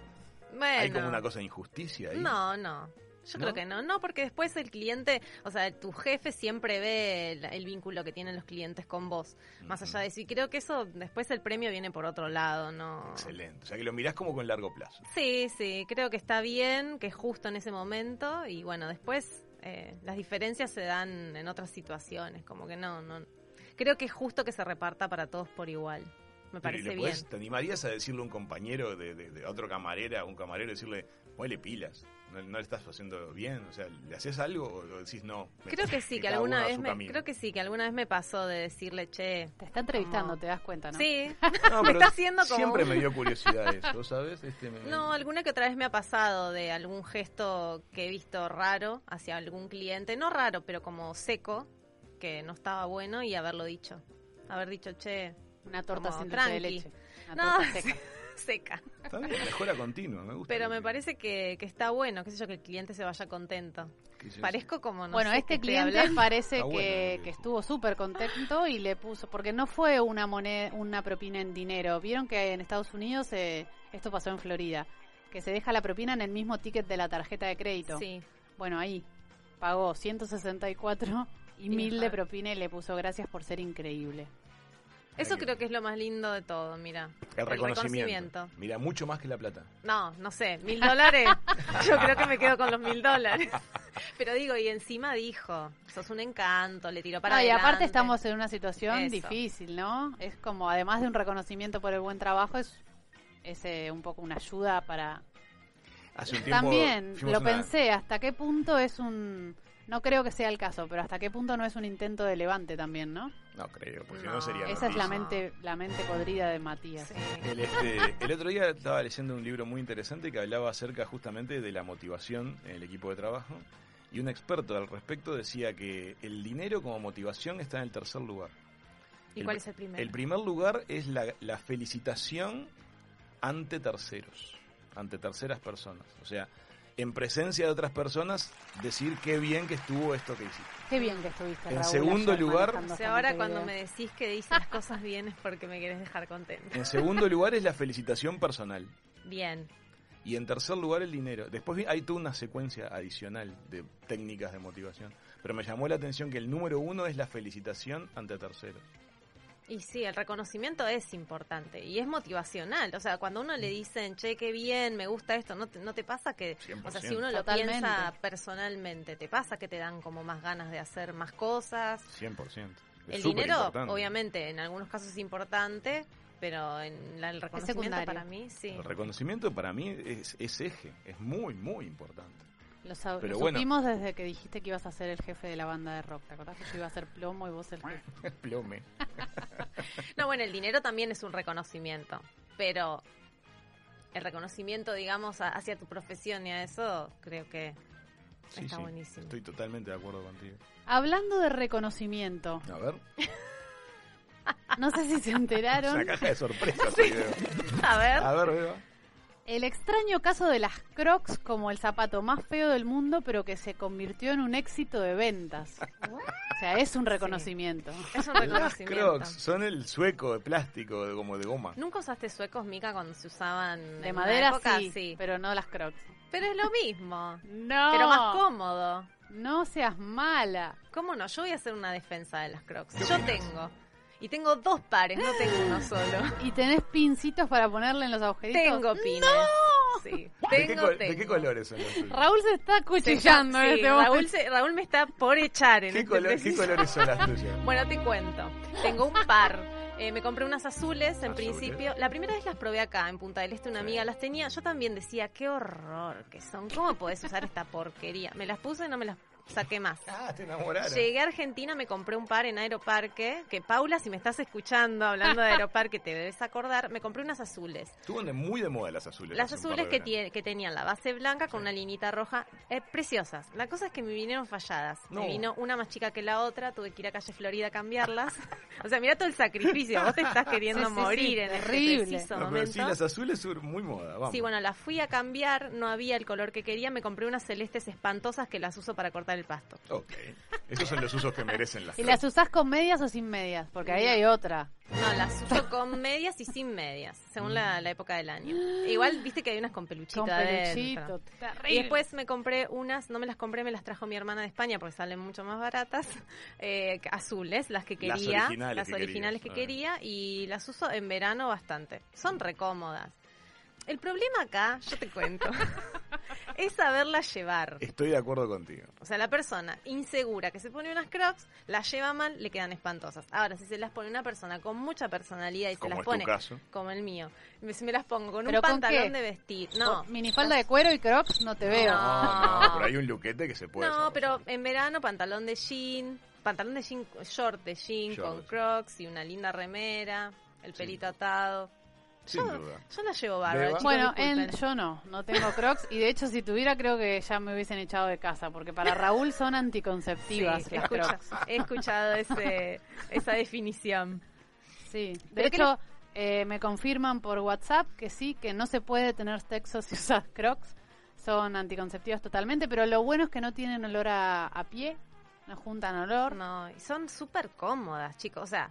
Bueno.
hay como una cosa de injusticia ahí?
No, no. Yo
¿No?
creo que no, no, porque después el cliente, o sea, tu jefe siempre ve el, el vínculo que tienen los clientes con vos, más
Ujú.
allá de eso. Y creo que eso, después el premio viene por otro lado, ¿no?
Excelente, o sea que lo mirás como con largo plazo.
Sí, sí, creo que está bien, que es justo en ese momento y bueno, después eh, las diferencias se dan en otras situaciones, como que no, no. Creo que es justo que se reparta para todos por igual.
Pero, ¿y
Me parece
le
bien.
podés- ¿Te animarías a decirle a un compañero de, de- de otro camarera, un camarero, decirle, huele pilas, no, no le estás haciendo bien? O sea, ¿le haces algo o lo decís no? me-
Creo que sí, que
cada uno
alguna
a
vez
su
me,
camino"?
creo que sí, que alguna vez me pasó de decirle, che,
Te está entrevistando,
Como-
te das cuenta, ¿no?
sí,
No,
me
pero
está haciendo como
Siempre
un-
me dio curiosidad eso, ¿sabes? Este, me-
No, alguna que otra vez me ha pasado de algún gesto que he visto raro hacia algún cliente, no raro, pero como seco, que no estaba bueno y haberlo dicho. Haber dicho, che,
Una torta
Como
sin dulce de
tranqui.
leche. Una
No,
torta seca.
seca.
Está bien, mejora continua, me gusta.
Pero me parece que, que está bueno, qué sé yo, que el cliente se vaya contento.
Que se-
Parezco como no
bueno,
sé,
este
que estoy
cliente
hablando.
parece
Está
que,
bueno eh. lo que
que
decís.
estuvo súper contento y le puso, porque no fue una moneda, una propina en dinero. Vieron que en Estados Unidos eh, esto pasó en Florida, que se deja la propina en el mismo ticket de la tarjeta de crédito.
Sí,
Bueno, ahí pagó 164 y
Y
mil
le
de
pagó.
propina y le puso gracias por ser increíble.
eso creo que es lo más lindo de todo, mira.
El reconocimiento. Mira, mucho más que la plata.
No, no sé, mil dólares. Yo creo que me quedo con los mil dólares. Pero digo, y encima dijo, sos un encanto, le tiró para
No, y aparte
adelante.
estamos en una situación
Eso.
difícil, ¿no? Es como, además de un reconocimiento por el buen trabajo, es, es eh, un poco una ayuda para...
Hace un tiempo
También,
fuimos
lo
a una-
pensé, hasta qué punto es un... No creo que sea el caso, pero hasta qué punto no es un intento de levante también, ¿no?
No creo, porque no,
No,
sería
Esa es la
noticia.
mente, la mente podrida de Matías.
Sí.
El, este, el otro día estaba leyendo un libro muy interesante que hablaba acerca justamente de la motivación en el equipo de trabajo y un experto al respecto decía que el dinero como motivación está en el tercer lugar.
¿Y
El-
cuál es el primero?
El primer lugar es la, la felicitación ante terceros, ante terceras personas. O sea, en presencia de otras personas decir qué bien que estuvo esto que hiciste.
Qué bien que estuviste,
En
Raúl,
segundo
ayer
lugar-
manejando
O
hasta
sea, ahora
Montevideo.
cuando me decís que dices las cosas bien es porque me querés dejar contenta.
En segundo lugar es la felicitación personal.
Bien.
Y en tercer lugar, el dinero. Después vi- hay toda una secuencia adicional de técnicas de motivación. Pero me llamó la atención que el número uno es la felicitación ante terceros.
Y sí, el reconocimiento es importante y es motivacional. O sea, cuando a
Mm.
uno le dicen, che, qué bien, me gusta esto, ¿no te, no te pasa que... O sea, si
100%.
uno lo
Totalmente.
piensa personalmente, ¿te pasa que te dan como más ganas de hacer más cosas?
100%. Es
El
súper
dinero,
importante.
obviamente, en algunos casos es importante, pero en la- el reconocimiento
secundario.
para mí, sí.
El reconocimiento para mí es, es eje, es muy, muy importante.
Lo, sab-
Pero
lo
bueno.
supimos desde que dijiste que ibas a ser el jefe de la banda de rock. ¿Te acordás que yo iba a ser plomo y vos el jefe?
Plome.
No, bueno, el dinero también es un reconocimiento, pero el reconocimiento, digamos, a- hacia tu profesión y a eso, creo que
Sí,
está
sí,
buenísimo.
Estoy totalmente de acuerdo contigo.
Hablando de reconocimiento,
A ver,
no sé si se
es una
enteraron,
caja de sorpresas. hoy veo.
A ver,
A ver, Beba.
el extraño caso de las crocs como el zapato más feo del mundo, pero que se convirtió en un éxito de ventas. O sea, es un reconocimiento.
es un
Las
reconocimiento.
Crocs son el sueco de plástico, de- como de goma.
¿Nunca usaste suecos, Mica, cuando se usaban en
De
una
madera
época?
sí, pero no las crocs.
Pero es lo mismo,
No,
pero más cómodo.
no seas mala.
¿Cómo no? Yo voy a hacer una defensa de las crocs.
¿Qué
Yo
opinas?
tengo. Y tengo dos pares, no tengo uno solo.
¿Y tenés pincitos para ponerle en los agujeritos?
Tengo pines. Sí.
¿De qué
Tengo,
col- ¿De, qué,
tengo.
colores son los tuyos?
Raúl se está
Se-
cuchillando en
sí,
este momento.
Raúl, se- Raúl me está por echar en
¿Qué,
este
colo- qué
preciso-
colores son las tuyas?
Bueno, te cuento. Tengo un par. Eh, me compré unas azules en
Azules.
principio. La primera vez las probé acá, en Punta del Este, una
Sí.
amiga las tenía. Yo también decía, qué horror que son. ¿Cómo podés usar esta porquería? Me las puse, no me las saqué más.
Ah, te enamoraron.
Llegué a Argentina, me compré un par en Aeroparque, que Paula, si me estás escuchando hablando de Aeroparque, te debes acordar, me compré unas azules.
Estuvieron de- muy de moda las azules.
Las
hace un par de
azules que,
veranos.
tie- que tenían la base blanca con
Sí.
una linita roja, eh, preciosas. La cosa es que me vinieron falladas.
No.
Me vino una más chica que la otra, tuve que ir a Calle Florida a cambiarlas. o sea, mira todo el sacrificio, vos te estás queriendo
Sí, sí, sí,
morir en
terrible.
este preciso
No,
momento.
pero sí, las azules son muy moda, vamos.
Sí, bueno, las fui a cambiar, no había el color que quería, me compré unas celestes espantosas que las uso para cortar el pasto.
Ok. Esos son los usos que merecen las
¿Y las usás con medias o sin medias? Porque ahí hay otra.
No, las uso con medias y sin medias, según la, la época del año. Igual viste que hay unas con peluchito
Con
adentro.
peluchito.
Y después me compré unas, no me las compré, me las trajo mi hermana de España porque salen mucho más baratas, eh, azules, las que
Las
quería,
originales que
originales que
querías,
quería y las uso en verano bastante. Son recómodas. El problema acá, yo te cuento, es saberla llevar.
Estoy de acuerdo contigo.
O sea, la persona insegura que se pone unas crocs, las lleva mal, le quedan espantosas. Ahora, si se las pone una persona con mucha personalidad y se
Como
las
es tu
pone
caso.
como el mío, me, si me las pongo con
¿Pero
un
con
pantalón
qué?
de vestir. No,
Con Minifalda de cuero y crocs, no te veo.
No.
No, no, pero hay un luquete que se puede.
Ah. no,
hacer.
pero en verano pantalón de jean, pantalón de jean, short de jean
Short.
con crocs y una linda remera, el
Sí.
pelito atado.
Sin
yo,
duda.
yo la llevo bárbaro.
Beba.
chicos,
Bueno,
disculpen.
en- yo no, no tengo crocs y de hecho si tuviera creo que ya me hubiesen echado de casa porque para Raúl son
Sí,
anticonceptivas
he
las
escucha-
crocs.
he escuchado ese, esa definición.
Sí, de
Pero
hecho eh, me confirman por WhatsApp que sí, que no se puede tener sexo si usas crocs, son anticonceptivas totalmente, pero lo bueno es que no tienen olor a, a pie, no juntan olor.
No, y son súper cómodas, chicos. O sea,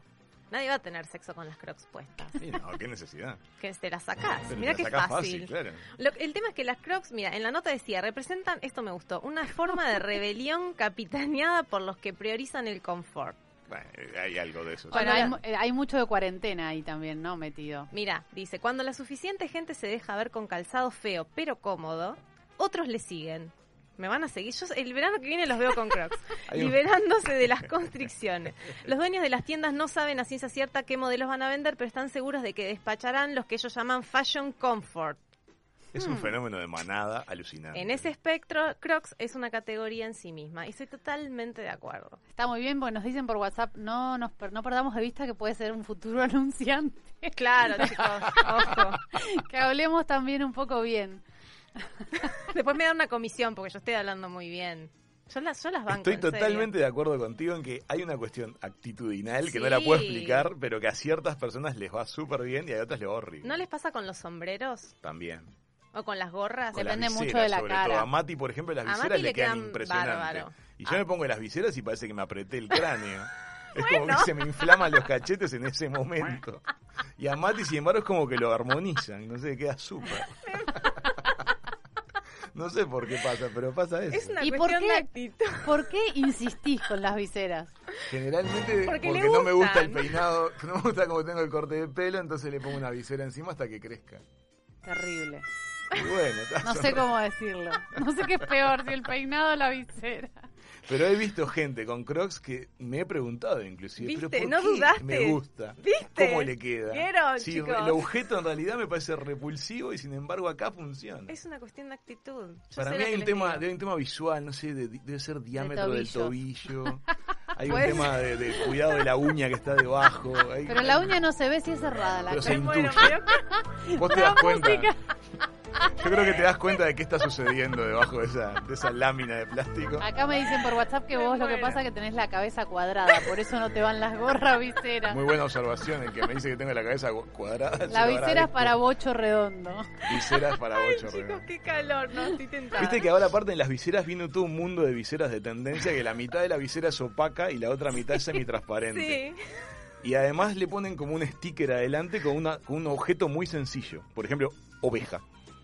nadie va a tener sexo con las crocs puestas.
Sí, no, qué necesidad.
Que te las sacás.
Pero
Mira
te
qué
la sacás
fácil.
claro.
Lo- el tema es que las crocs, mira, en la nota decía, representan, esto me gustó, una forma de rebelión capitaneada por los que priorizan el confort.
Bueno, eh, hay algo de eso. sí.
Bueno,
Bueno,
hay,
la-
mu- eh, hay mucho de cuarentena ahí también, ¿no? Metido.
Mira, dice, cuando la suficiente gente se deja ver con calzado feo pero cómodo, otros le siguen. Me van a seguir. Yo el verano que viene los veo con crocs,
Hay un-
liberándose de las constricciones. Los dueños de las tiendas no saben a ciencia cierta qué modelos van a vender, pero están seguros de que despacharán los que ellos llaman fashion comfort.
Es un fenómeno de manada alucinante.
En ese espectro, crocs es una categoría en sí misma y estoy totalmente de acuerdo.
Está muy bien, porque nos dicen por WhatsApp, no, nos, per- no perdamos de vista que puede ser un futuro anunciante.
Claro, chicos, ojo.
que hablemos también un poco bien.
Después me dan una comisión porque yo estoy hablando muy bien. Yo las, yo las banco.
Estoy
en serio.
totalmente de acuerdo contigo en que hay una cuestión actitudinal que no
Sí.
la puedo explicar, pero que a ciertas personas les va súper bien y a otras les va horrible.
¿No les pasa con los sombreros
También.
o con las gorras?
Con las
Depende mucho
viseras,
de la
sobre
cara.
todo. A Mati, por ejemplo, las
A
viseras
Mati
le
le
quedan,
quedan
impresionantes.
bárbaro.
Y yo
Ah.
me pongo las viseras y parece que me apreté el cráneo. Es como que se me inflaman los cachetes en ese momento. Y a Mati, sin embargo, es como que lo armonizan. No sé, queda súper. No sé por qué pasa, pero pasa eso.
Es una
¿Y por
cuestión
qué?
de actitud.
¿Por qué insistís con las viseras?
Generalmente porque,
Porque le
no me gusta el
gustan.
peinado, no me gusta como tengo el corte de pelo, entonces le pongo una visera encima hasta que crezca.
Terrible.
Y bueno,
No sé cómo decirlo. No sé qué es peor, si el peinado o la visera.
pero he visto gente con Crocs que me he preguntado inclusive,
¿Viste?
pero ¿por
¿No
qué
dudaste?
me gusta?
¿Viste?
¿Cómo le queda?
¿Vieron,
Sí,
chicos?
el objeto en realidad me parece repulsivo y sin embargo acá funciona.
Es una cuestión de actitud. Yo
Para
sé
mí
lo
hay
que
un
les
tema,
digo.
hay un tema visual, no sé, de- debe ser diámetro del
tobillo.
tobillo. Hay un
Pues-
tema de, de cuidado de la uña que está debajo. hay-
Pero la uña no se ve si es cerrada la
Pero
cara.
se
Bueno,
intuye.
pero
Vos te das cuenta. Yo creo que te das cuenta de qué está sucediendo debajo de esa, de esa lámina de plástico.
Acá me dicen por WhatsApp que
Me
vos lo que
muero.
pasa es que tenés la cabeza cuadrada, por eso no te van las gorras viseras.
Muy buena observación, el que me dice que tengo la cabeza gu- cuadrada.
La visera es para
vos.
bocho redondo.
Viseras para
Ay,
bocho,
chicos,
Rebe.
qué calor, no estoy tentada.
Viste que ahora aparte en las viseras vino todo un mundo de viseras de tendencia que la mitad de la visera es opaca y la otra mitad es semitransparente.
Sí.
Y además le ponen como un sticker adelante con, una, con un objeto muy sencillo. Por ejemplo, oveja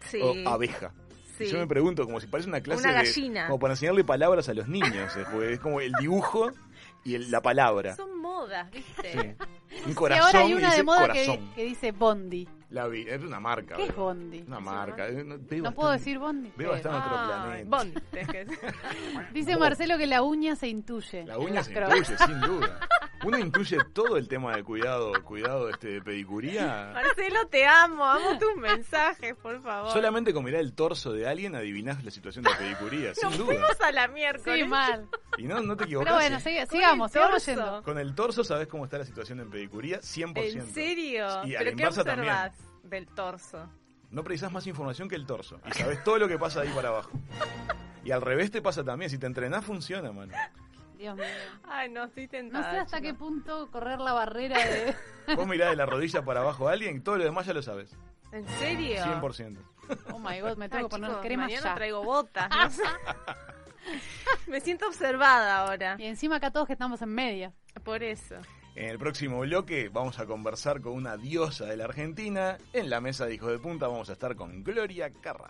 Sí.
o abeja.
sí.
Y Yo me pregunto, como si parece una clase
Una
de-
gallina.
como para enseñarle palabras a los niños. eh, porque es como el dibujo y el- la palabra.
Son modas, ¿viste?
Un
Y
corazón
ahora hay
y
una de
dice
moda que,
corazón.
que dice Bondi.
La vi, es una marca.
¿Qué es
boludo.
Bondi?
Una marca. eh, No, veo
No
hasta-
puedo decir Bondi.
Veo hasta en otro
Ay,
planeta.
Bond, tenés que decir.
Dice Marcelo que la uña se intuye.
La
en
uña
las
se
crocs.
intuye, sin duda. Uno incluye todo el tema de cuidado, cuidado este, de pedicuría.
Marcelo, te amo, amo tus mensajes, por favor.
Solamente con mirar el torso de alguien adivinás la situación de pedicuría, sin
Nos
duda.
fuimos a la miércoles.
Sí, mal.
Y no, no te equivocas.
Pero bueno, sigue- sigamos,
Con el
sigamos
torso.
yendo.
Con el torso sabes cómo está la situación en pedicuría, 100%.
¿En serio?
Y a la
¿Pero qué
inversa también.
observas del torso?
No precisas más información que el torso. Y sabes todo lo que pasa ahí para abajo. Y al revés te pasa también. Si te entrenás, funciona, mano.
Dios mío.
Ay, no, estoy
No
tentada.
sé hasta qué
chico.
punto correr la barrera de...
Vos mirás de la rodilla para abajo a alguien y todo lo demás ya lo sabes.
¿En serio?
100%.
Oh my god, me
Ay,
tengo que poner
chicos,
crema
mañana
ya.
traigo botas. no sé. Me siento observada ahora.
Y encima acá todos que estamos en media.
Por eso.
En el próximo bloque vamos a conversar con una diosa de la Argentina. En la mesa de Hijo de Punta vamos a estar con Gloria Carra.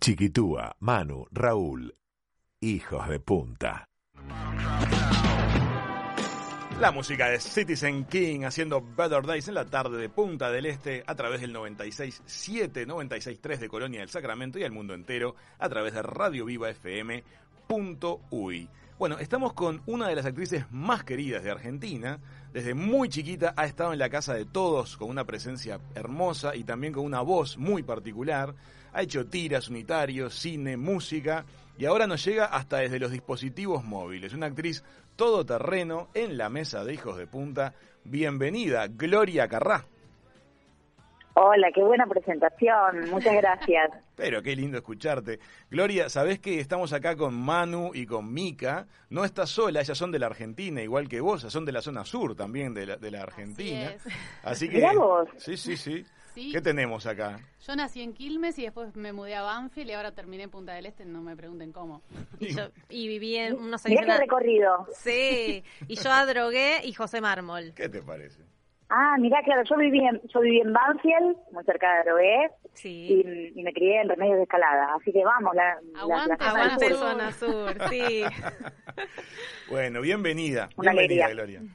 Chiquitúa, Manu, Raúl, hijos de punta.
La música de Citizen King haciendo Better Days en la tarde de Punta del Este a través del 96.7, 96.3 de Colonia del Sacramento y al mundo entero a través de Radio Viva FM.uy. Bueno, estamos con una de las actrices más queridas de Argentina. Desde muy chiquita ha estado en la casa de todos con una presencia hermosa y también con una voz muy particular. Ha hecho tiras, unitarios, cine, música y ahora nos llega hasta desde los dispositivos móviles. Una actriz todoterreno en la mesa de Hijos de Punta. Bienvenida, Gloria Carrá.
Hola, qué buena presentación. Muchas gracias.
Pero qué lindo escucharte. Gloria, sabés que estamos acá con Manu y con Mica. No estás sola, ellas son de la Argentina, igual que vos, ellas son de la zona sur también de la, de la Argentina.
Así es.
Así que.
Mirá vos.
Sí, sí, sí.
Sí,
¿Qué tenemos acá?
yo nací en Quilmes y después me mudé a Banfield y ahora terminé en Punta del Este, no me pregunten cómo.
Y, yo- y viví en unos años.
Mirá qué
en la-
recorrido.
Sí, y yo adrogué y José Mármol.
¿Qué te parece?
Ah, mirá, claro, yo viví en, yo viví en Banfield, muy cerca de Aroé,
Sí.
y, y me crié en Remedios de Escalada. Así que vamos, la, la-
Aguante,
la zona
Aguante
sur.
Ah, Zona Sur, sí.
Bueno, bienvenida.
Una
bienvenida,
alegría.
Gloria.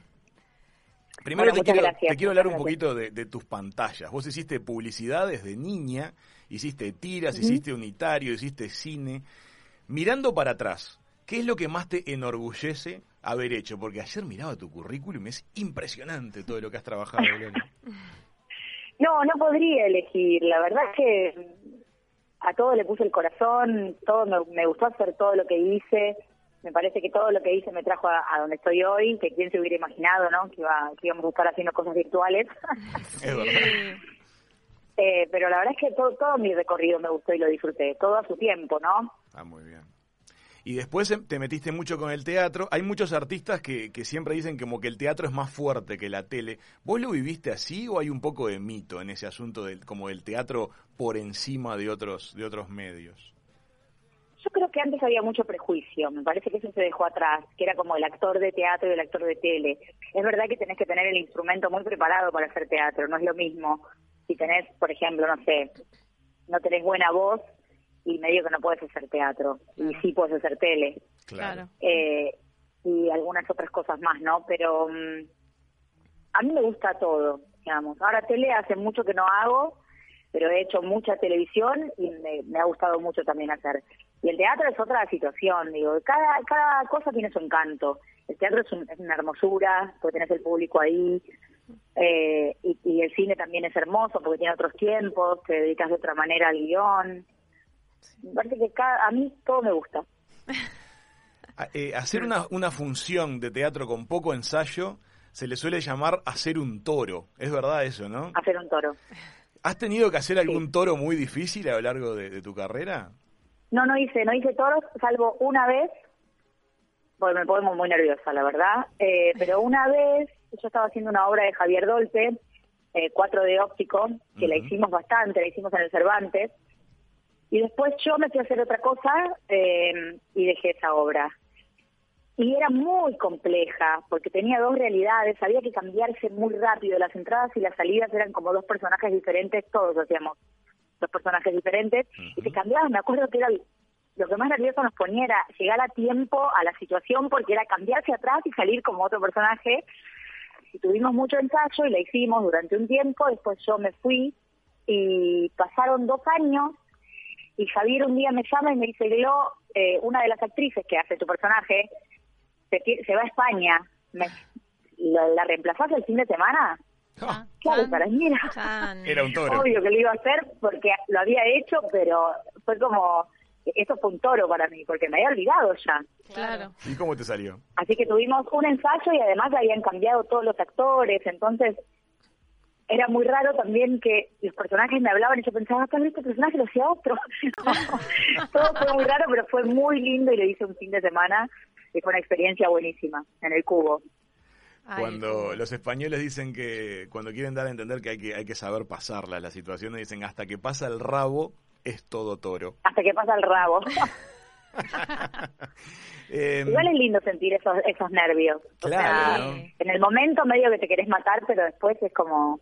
Primero
Bueno,
te,
muchas
quiero,
gracias,
te quiero
muchas
hablar un
gracias.
poquito de, de tus pantallas. Vos hiciste publicidades de niña, hiciste tiras, hiciste unitario, hiciste cine. Mirando para atrás, ¿qué es lo que más te enorgullece haber hecho? Porque ayer miraba tu currículum y es impresionante todo lo que has trabajado, Gloria.
No, no podría elegir. La verdad es que a todo le puse el corazón, todo me, me gustó hacer todo lo que hice. Me parece que todo lo que hice me trajo a, a donde estoy hoy, que quién se hubiera imaginado, ¿no? Que, iba- que íbamos a estar haciendo cosas virtuales.
Es verdad.
Eh, pero la verdad es que todo, todo mi recorrido me gustó y lo disfruté, todo a su tiempo, ¿no?
Ah, muy bien. Y después em, te metiste mucho con el teatro. Hay muchos artistas que, que siempre dicen como que el teatro es más fuerte que la tele. ¿Vos lo viviste así o hay un poco de mito en ese asunto del, como del teatro por encima de otros, de otros medios?
Yo creo que antes había mucho prejuicio, me parece que eso se dejó atrás, que era como el actor de teatro y el actor de tele. Es verdad que tenés que tener el instrumento muy preparado para hacer teatro, no es lo mismo si tenés, por ejemplo, no sé, no tenés buena voz y medio que no puedes hacer teatro, y sí puedes hacer tele.
Claro.
eh, y algunas otras cosas más, ¿no? Pero mm, a mí me gusta todo, digamos. Ahora tele hace mucho que no hago, pero he hecho mucha televisión y me, me ha gustado mucho también hacer. Y el teatro es otra situación, digo, cada, cada cosa tiene su encanto. El teatro es, un- es una hermosura, porque tenés el público ahí, eh, y, y el cine también es hermoso, porque tiene otros tiempos, te dedicas de otra manera al guión. Me parece que cada, a mí todo me gusta.
A- eh, hacer una, una función de teatro con poco ensayo se le suele llamar hacer un toro. Es verdad eso, ¿no?
Hacer un toro.
¿Has tenido que hacer algún toro muy difícil a lo largo de, de tu carrera?
No, no hice, no hice toros, salvo una vez, porque me pongo muy nerviosa, la verdad, eh, pero una vez yo estaba haciendo una obra de Javier Dolce, eh, 4 de óptico, que la
Ujú.
hicimos bastante, la hicimos en el Cervantes, Y después yo me fui a hacer otra cosa eh, y dejé esa obra. Y era muy compleja, porque tenía dos realidades, había que cambiarse muy rápido, las entradas y las salidas eran como dos personajes diferentes, todos hacíamos dos personajes diferentes, y se cambiaban, me acuerdo que era lo que más nervioso nos ponía era llegar a tiempo a la situación, porque era cambiarse atrás y salir como otro personaje, y tuvimos mucho ensayo y la hicimos durante un tiempo, después yo me fui y pasaron dos años y Javier un día me llama y me dice, Glo, eh, una de las actrices que hace tu personaje, se, qui- se va a España, Me- ¿la, la reemplazás el fin de semana?
Ah,
Claro, para mí era
Chan.
Era un toro.
obvio que lo iba a hacer porque lo había hecho, pero fue como, esto fue un toro para mí, porque me había olvidado ya.
Claro.
¿Y cómo te salió?
Así que tuvimos un ensayo y además habían cambiado todos los actores, entonces era muy raro también que los personajes me hablaban y yo pensaba, tal vez este personaje lo hacía otro. Todo fue muy raro, pero fue muy lindo y lo hice un fin de semana y fue una experiencia buenísima en el cubo.
Ay,
Cuando los españoles dicen que, cuando quieren dar a entender que hay que, hay que saber pasarlas las situaciones, dicen hasta que pasa el rabo es todo toro.
Hasta que pasa el rabo.
Eh,
Igual es lindo sentir esos, esos nervios. O sea,
Claro.
Sí.
en el momento medio que te querés matar, pero después es como,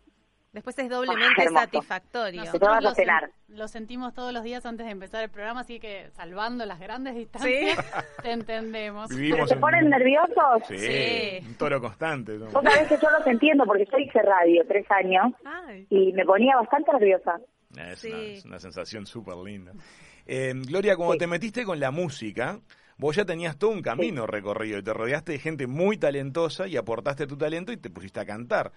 Después es doblemente
Ah, hermoso.
satisfactorio.
Te vas a
lo, sen-
cenar.
lo sentimos todos los días antes de empezar el programa, así que salvando las grandes distancias, te entendemos.
vivimos
¿se
un-
ponen nerviosos?
Sí,
Sí.
un toro constante. ¿no?
Otra vez que yo los entiendo porque yo hice radio tres años
Ay.
y me ponía bastante nerviosa.
Ah, Es, una,
Sí.
es una sensación súper linda. Eh, Gloria, cuando
Sí.
te metiste con la música, vos ya tenías todo un camino recorrido y te rodeaste de gente muy talentosa y aportaste tu talento y te pusiste a cantar.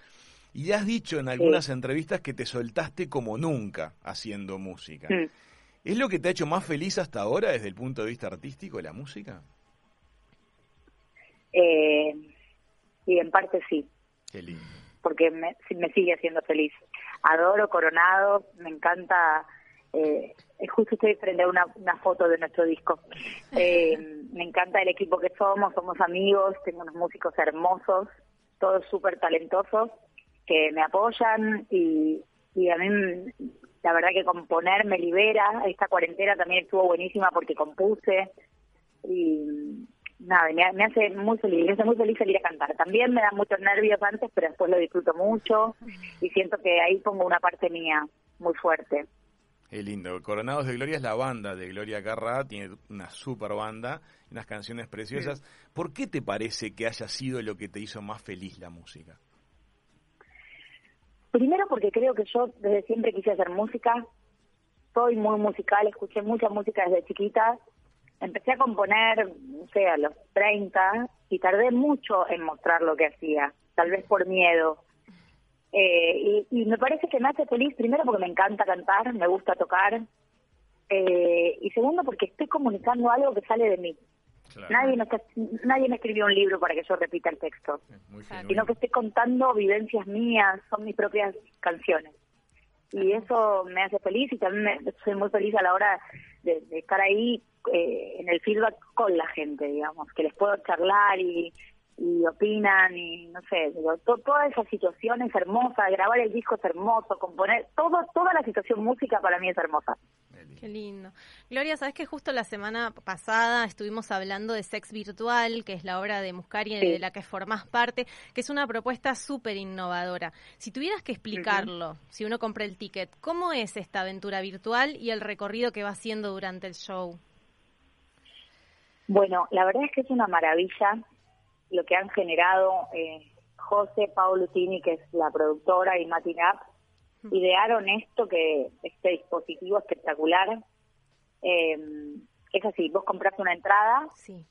Y has dicho en algunas entrevistas que te soltaste como nunca haciendo música.
Mm.
¿Es lo que te ha hecho más feliz hasta ahora desde el punto de vista artístico la música?
Eh, y en parte sí,
Qué lindo.
porque me, sí, me sigue haciendo feliz. Adoro Coronado, me encanta. Eh, justo estoy frente a una, una foto de nuestro disco. Eh, me encanta el equipo que somos, somos amigos, tengo unos músicos hermosos, todos súper talentosos, que me apoyan y, y a mí mm, la verdad que componer me libera. Esta cuarentena también estuvo buenísima porque compuse. y nada, me, ha- me hace muy feliz, me hace muy feliz salir a cantar. También me da muchos nervios antes, pero después lo disfruto mucho y siento que ahí pongo una parte mía muy fuerte.
Qué lindo. Coronados de Gloria es la banda de Gloria Carrá, tiene una super banda, unas canciones preciosas. ¿Por qué te parece que haya sido lo que te hizo más feliz la música?
Primero porque creo que yo desde siempre quise hacer música, soy muy musical, escuché mucha música desde chiquita, empecé a componer, no sé, a los 30 y tardé mucho en mostrar lo que hacía, tal vez por miedo. Eh, y, y me parece que me hace feliz primero porque me encanta cantar, me gusta tocar, eh, y segundo porque estoy comunicando algo que sale de mí. Nadie, me está- nadie me escribió un libro para que yo repita el texto
Muy
Exacto.
genuino.
sino que estoy contando vivencias mías, son mis propias canciones. Y eso me hace feliz y también me- soy muy feliz a la hora de, de estar ahí eh, en el feedback con la gente, digamos, que les puedo charlar y, y opinan y no sé, digo, to- toda esa situación es hermosa, grabar el disco es hermoso, componer, todo, toda la situación música para mí es hermosa.
Qué lindo. Gloria, sabes que justo la semana pasada estuvimos hablando de Sex Virtual, que es la obra de Muscari
Sí.
de la que formás parte, que es una propuesta súper innovadora. Si tuvieras que explicarlo, si uno compra el ticket, ¿cómo es esta aventura virtual y el recorrido que va haciendo durante el show?
Bueno, la verdad es que es una maravilla lo que han generado eh, José Paulutini, que es la productora, y Matin App. Idearon esto, que este dispositivo espectacular. Eh, es así, vos compras una entrada,
Sí.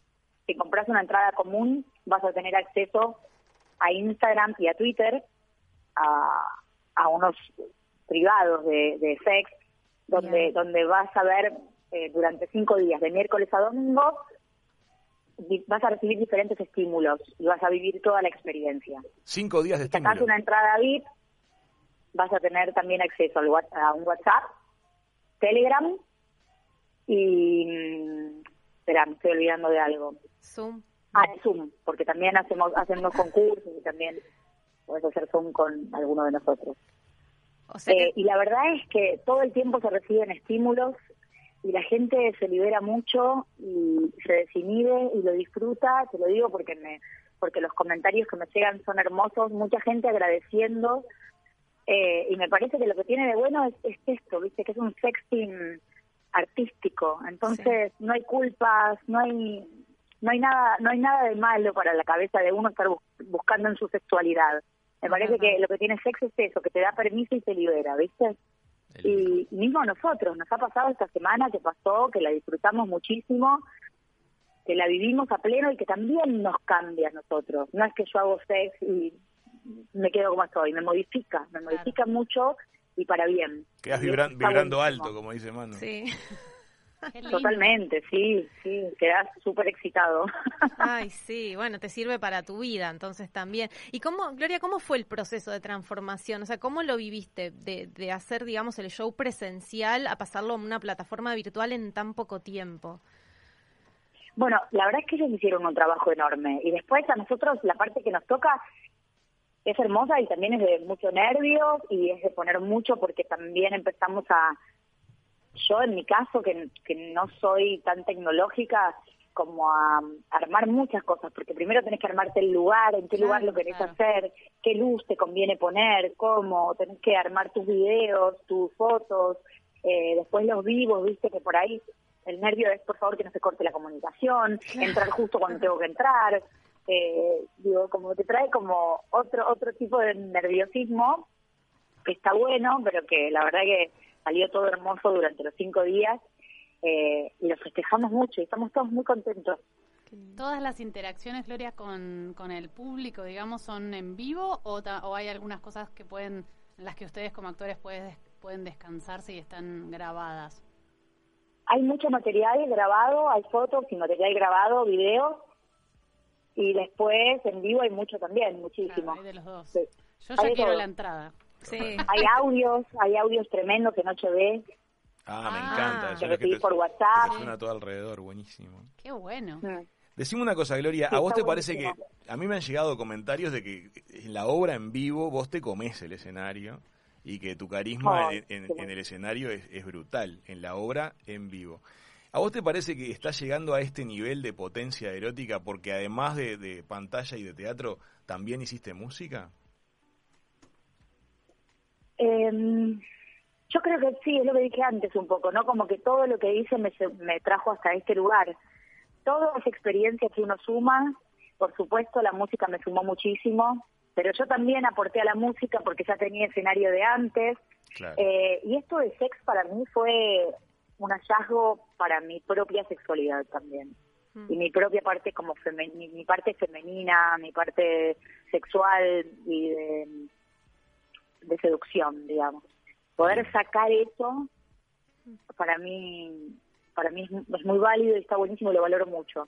si compras una entrada común, vas a tener acceso a Instagram y a Twitter, a, a unos privados de, de sex, donde,
Bien.
donde vas a ver eh, durante cinco días, de miércoles a domingo, di- vas a recibir diferentes estímulos y vas a vivir toda la experiencia.
Cinco días de
Sacás
estímulo.
una entrada VIP, vas a tener también acceso al wa- a un WhatsApp, Telegram y... mm, Espera, me estoy olvidando de algo
Zoom.
al Ah, Zoom, porque también hacemos hacemos concursos y también puedes hacer Zoom con alguno de nosotros.
O sea que-
Eh, y la verdad es que todo el tiempo se reciben estímulos, y la gente se libera mucho y se desinhibe y lo disfruta, te lo digo porque me porque los comentarios que me llegan son hermosos, mucha gente agradeciendo eh, y me parece que lo que tiene de bueno es, es esto, viste que es un sexting artístico, entonces no hay culpas, no hay no hay nada no hay nada de malo para la cabeza de uno estar bus- buscando en su sexualidad. Me parece que lo que tiene sexo es eso, que te da permiso y te libera, ¿viste? Y mismo a nosotros, nos ha pasado esta semana que pasó, que la disfrutamos muchísimo, que la vivimos a pleno y que también nos cambia a nosotros. No es que yo hago sex y me quedo como estoy, me modifica, me modifica mucho y para bien.
Quedas
Y eso
vibran-
está
vibrando
buenísimo.
alto, como dice Manu.
Sí.
Qué lindo.
Totalmente, sí, sí, quedas súper excitado.
Ay, sí, bueno, te sirve para tu vida, entonces también. ¿Y cómo, Gloria, cómo fue el proceso de transformación? O sea, ¿cómo lo viviste de, de hacer, digamos, el show presencial a pasarlo a una plataforma virtual en tan poco tiempo?
Bueno, la verdad es que ellos hicieron un trabajo enorme y después a nosotros la parte que nos toca es hermosa y también es de mucho nervio y es de poner mucho porque también empezamos a... Yo en mi caso, que, que no soy tan tecnológica, como a armar muchas cosas, porque primero tenés que armarte el lugar, en qué
Claro,
lugar lo querés
claro.
hacer, qué luz te conviene poner, cómo, tenés que armar tus videos, tus fotos, eh, después los vivos, viste que por ahí el nervio es por favor que no se corte la comunicación, entrar justo cuando tengo que entrar, eh, digo, como te trae como otro, otro tipo de nerviosismo que está bueno, pero que la verdad que salió todo hermoso durante los cinco días eh, y lo festejamos mucho y estamos todos muy contentos.
¿Todas las interacciones, Gloria, con, con el público, digamos, son en vivo o, ta- o hay algunas cosas que pueden, en las que ustedes como actores pueden, pueden descansarse y están grabadas?
Hay mucho material grabado, hay fotos y material grabado, videos y después en vivo hay mucho también,
Claro,
muchísimo.
hay de los dos.
Sí.
Yo
Hay
ya
de
quiero
todo.
la entrada.
Sí.
Hay audios, hay audios tremendos que no ve,
Ah, me
Ah.
encanta. Eso
que
es lo que
recibís
te,
por
que
WhatsApp.
te suena todo alrededor, buenísimo.
Qué bueno.
Mm.
Decime una cosa, Gloria,
Sí,
¿a vos
está
te parece que
buenísimo.
a mí me han llegado comentarios de que en la obra en vivo vos te comes el escenario y que tu carisma
Ay,
en, en-
qué bueno.
en el escenario es, es brutal, en la obra en vivo? ¿A vos te parece que estás llegando a este nivel de potencia erótica porque además de, de pantalla y de teatro también hiciste música?
Em, yo creo que sí, es lo que dije antes un poco, ¿no? Como que todo lo que hice me, lle- me trajo hasta este lugar. Todas las experiencias que uno suma, por supuesto, la música me sumó muchísimo, pero yo también aporté a la música porque ya tenía escenario de antes.
Claro.
Eh, y esto de sex para mí fue un hallazgo para mi propia sexualidad también.
Mm.
Y mi propia parte como femen- mi, mi parte femenina, mi parte sexual y de, de seducción, digamos. Poder sacar eso para mí para mí es, mu- es muy válido y está buenísimo, lo valoro mucho.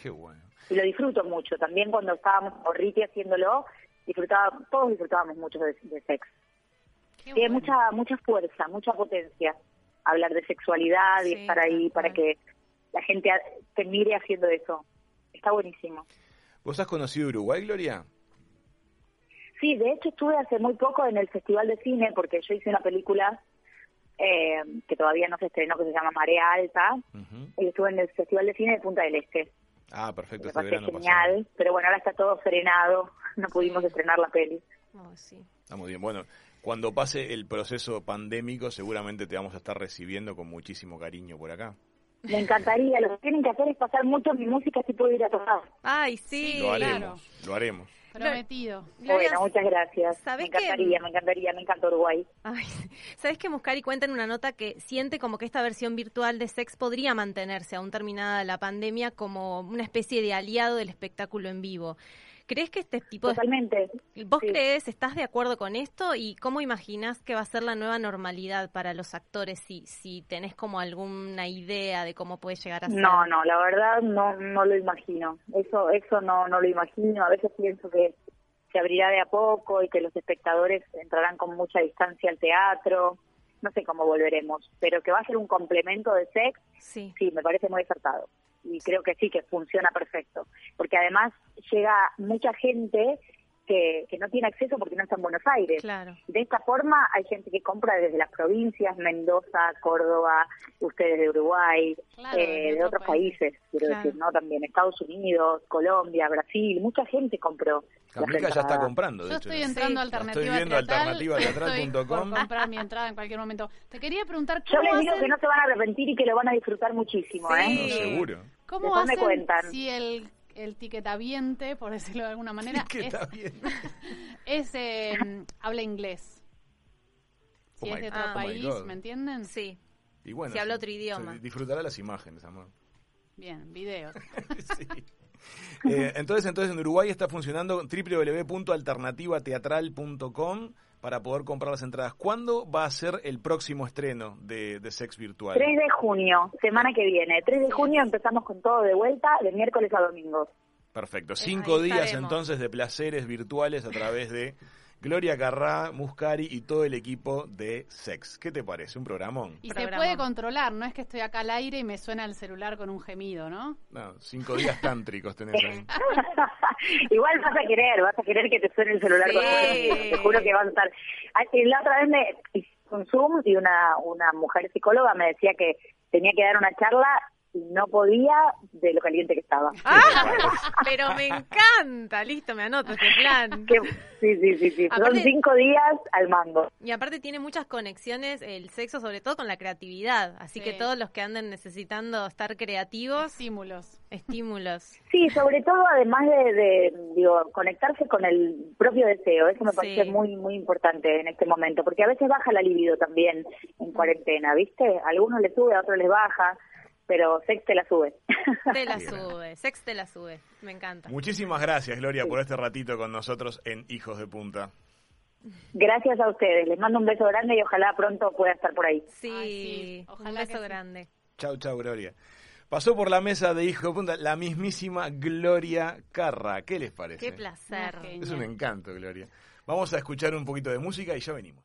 Qué bueno.
Y lo disfruto mucho. También cuando estábamos con Riti haciéndolo, disfrutaba, todos disfrutábamos mucho de, de sex.
Qué bueno.
Tiene mucha mucha fuerza, mucha potencia hablar de sexualidad y
Sí,
estar
tal
ahí para
cual.
que la gente a- te mire haciendo eso. Está buenísimo.
¿Vos has conocido Uruguay, Gloria?
Sí, de hecho estuve hace muy poco en el Festival de Cine porque yo hice una película eh, que todavía no se estrenó, que se llama Marea Alta,
Ujú.
y estuve en el Festival de Cine de Punta del Este.
Ah, perfecto,
Me
este
parece
verano
genial,
pasado.
pero bueno, ahora está todo frenado, no pudimos estrenar la peli.
Oh, sí.
Está muy bien. Bueno, cuando pase el proceso pandémico, seguramente te vamos a estar recibiendo con muchísimo cariño por acá.
Me encantaría, lo que tienen que hacer es pasar mucho mi música si puedo ir a tocar.
Ay, sí.
lo haremos, lo haremos.
Prometido.
Gloria,
bueno, muchas gracias. Me
¿sabés que-
encantaría, me encantaría, me encanta Uruguay.
Ay, ¿Sabes que Muscari cuenta en una nota que siente como que esta versión virtual de Sex podría mantenerse, aún terminada la pandemia, como una especie de aliado del espectáculo en vivo? ¿Crees que este tipo de...
Totalmente.
¿Vos
Sí.
crees, estás de acuerdo con esto? ¿Y cómo imaginás que va a ser la nueva normalidad para los actores si, si tenés como alguna idea de cómo puede llegar a ser?
No, no, la verdad no, no lo imagino. Eso, eso no, no lo imagino. A veces pienso que se abrirá de a poco y que los espectadores entrarán con mucha distancia al teatro. No sé cómo volveremos, pero que va a ser un complemento de sex,
Sí,
sí, me parece muy acertado. Y creo que sí, que funciona perfecto. Porque además llega mucha gente que, que no tiene acceso porque no está en Buenos Aires.
Claro.
De esta forma hay gente que compra desde las provincias, Mendoza, Córdoba, ustedes de Uruguay,
Claro,
eh,
de
de
otro
otros
país.
países, quiero
Claro.
decir, ¿no? También Estados Unidos, Colombia, Brasil, mucha gente compró. las
Camila ya está
entradas.
comprando, de
Yo
hecho.
estoy
¿no?
entrando a
Sí, la
alternativa
estoy viendo,
Teatral,
alternativateatral
estoy por
punto com.
comprar mi entrada en cualquier momento. Te quería preguntar
Yo
cómo
les digo
hacen,
que no se van a arrepentir y que lo van a disfrutar muchísimo,
Sí.
¿eh?
No, seguro.
cómo
Después me
hacen
cuentan.
si el el tiquetaviente, por decirlo de alguna manera,
Que
es,
está bien.
es, eh, habla inglés.
Oh
Si es
my-
de
oh
otro
my
país,
God.
¿me entienden?
Sí.
Y bueno,
Si habla
sí,
otro idioma.
sí, Disfrutará las imágenes, amor.
Bien, videos.
Sí. Eh, entonces, entonces en Uruguay está funcionando www.alternativateatral.com para poder comprar las entradas. ¿Cuándo va a ser el próximo estreno de, de Sex Virtual?
3 de junio, semana que viene. 3 de junio empezamos con todo de vuelta, de miércoles a domingo.
Perfecto.
Eh, Ahí
Cinco días
estaremos.
entonces de placeres virtuales a través de Gloria Carrá, Muscari y todo el equipo de Sex. ¿Qué te parece? ¿Un programón?
Y se
Programón.
puede controlar, no es que estoy acá al aire y me suena el celular con un gemido, ¿no?
No, cinco días tántricos tenés ahí.
Igual vas a querer, vas a querer que te suene el celular con un
Sí.
gemido, te juro que vas a estar. Ah, y La otra vez me hice un Zoom y una, una mujer psicóloga me decía que tenía que dar una charla y no podía de lo caliente que estaba.
¡Ah! Pero me encanta. Listo, me anoto este plan.
Que- sí, sí, sí, sí. Son
Aparte-
cinco días al mango.
Y aparte tiene muchas conexiones el sexo, sobre todo con la creatividad. Así
Sí.
que todos los que anden necesitando estar creativos,
Estímulos.
estímulos.
Sí, sobre todo además de, de, digo, conectarse con el propio deseo, eso me
Sí.
parece muy muy importante en este momento, porque a veces baja la libido también en cuarentena, ¿viste? A algunos le sube, a otros les baja, pero sex te la sube.
Te la
Bien.
sube, sex te la sube. Me encanta.
Muchísimas gracias, Gloria, por este ratito con nosotros en Hijos de Punta.
Gracias a ustedes, les mando un beso grande y ojalá pronto pueda estar por ahí.
Sí,
Ay, sí, ojalá
un
que
beso
sí.
grande.
Chau, chau, Gloria. Pasó por la mesa de Hijo de Punta la mismísima Gloria Carra. ¿Qué les parece?
Qué placer.
Una genia.
Es un encanto, Gloria. Vamos a escuchar un poquito de música y ya venimos.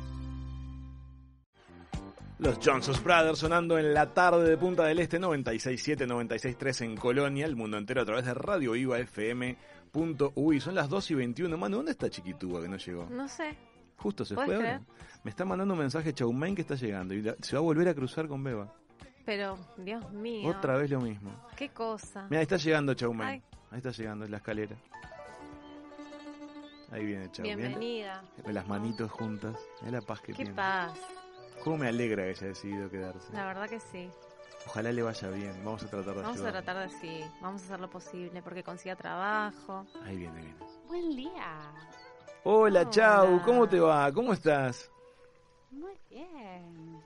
Los Johnson's Brothers sonando en la tarde de Punta del Este 96.7, 96.3 en Colonia, el mundo entero a través de Radio Iva FM. son las 2 y 21. Mano, ¿dónde está Chiquitúa que no llegó?
No sé.
Justo se
Mm, ¿Puedes
fue ahora. Me está mandando un mensaje Chaumain que está llegando y la- se va a volver a cruzar con Beba.
Pero, Dios mío.
Otra vez lo mismo.
Qué cosa.
Mira, ahí está llegando Chaumain.
Ay.
Ahí está llegando, en la escalera. Ahí viene Chaumain.
Bienvenida.
Con las manitos juntas. Es la paz que
Qué
tiene.
paz.
Cómo me alegra que haya decidido quedarse.
La verdad que sí.
Ojalá le vaya bien. Vamos a tratar de
Vamos a
ayudarla.
tratar de sí. Vamos a hacer lo posible porque consiga trabajo.
Ahí viene, ahí viene.
Buen día.
Hola,
Hola.
Chau. ¿Cómo te va? ¿Cómo estás?
Muy bien.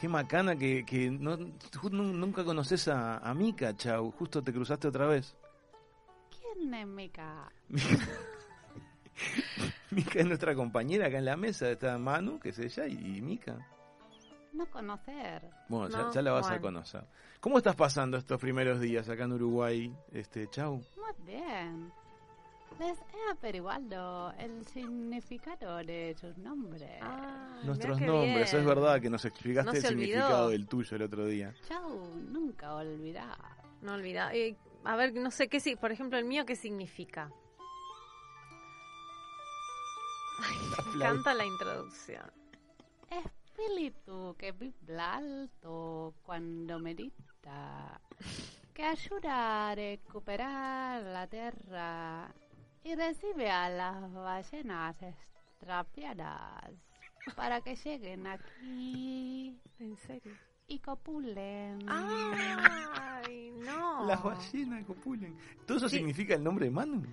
Qué macana que, que no, ju- nu- nunca conoces a, a Mika, Chau. Justo te cruzaste otra vez.
¿Quién es Mica?
Mika es nuestra compañera acá en la mesa. Está Manu, que es ella, y, y Mika.
No conocer.
Bueno, ya-
No,
ya, la vas a
bueno.
conocer. ¿Cómo estás pasando estos primeros días acá en Uruguay, este Chau?
Muy bien. Les he averiguado el significado de sus nombres.
Ah,
Nuestros
mirá qué
nombres,
bien.
es verdad que nos explicaste
No
el
se olvidó.
significado del tuyo el otro día.
Chau, nunca olvidar.
No olvida. Eh, a ver, no sé qué si, por ejemplo, el mío qué significa. Ay, me encanta la introducción.
Espíritu que vibra alto cuando medita, que ayuda a recuperar la tierra y recibe a las ballenas extraviadas para que lleguen aquí
En serio.
y copulen.
Ah. Ay, no.
Mm. Las ballenas copulen. ¿Todo eso
Sí.
significa el nombre de Manu?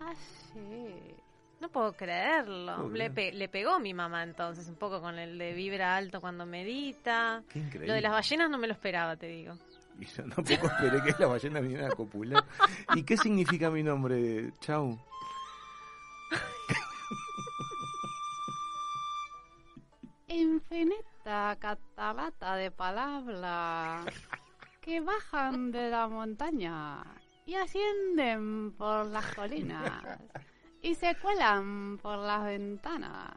Ah, sí.
No puedo creerlo.
Muy
le,
bien.
pe- le pegó mi mamá entonces un poco con el de vibra alto cuando medita.
Qué increíble.
Lo de las ballenas no me lo esperaba, te digo.
Y yo tampoco esperé que las ballenas vinieran a copular. ¿Y qué significa mi nombre, Chau?
infinita catarata de palabras que bajan de la montaña y ascienden por las colinas y se cuelan por las ventanas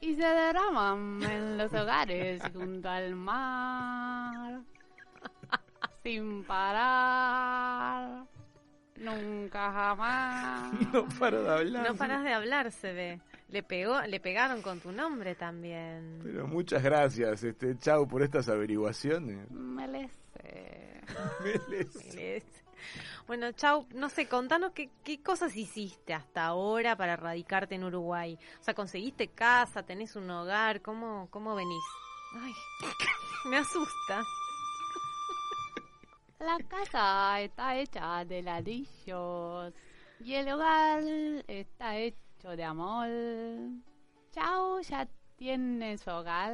y se derraman en los hogares junto al mar sin parar nunca jamás
No paro de hablar.
No paras de hablar, se ve. Le pegó, le pegaron con tu nombre también.
Pero muchas gracias, este, Chau, por estas averiguaciones.
me les sé.
Es- Bueno, Chau, no sé, contanos qué, qué cosas hiciste hasta ahora para radicarte en Uruguay. O sea, ¿conseguiste casa? ¿Tenés un hogar? ¿Cómo, cómo venís? Ay, me asusta.
La casa está hecha de ladrillos y el hogar está hecho de amor. Chao, ya tienes hogar.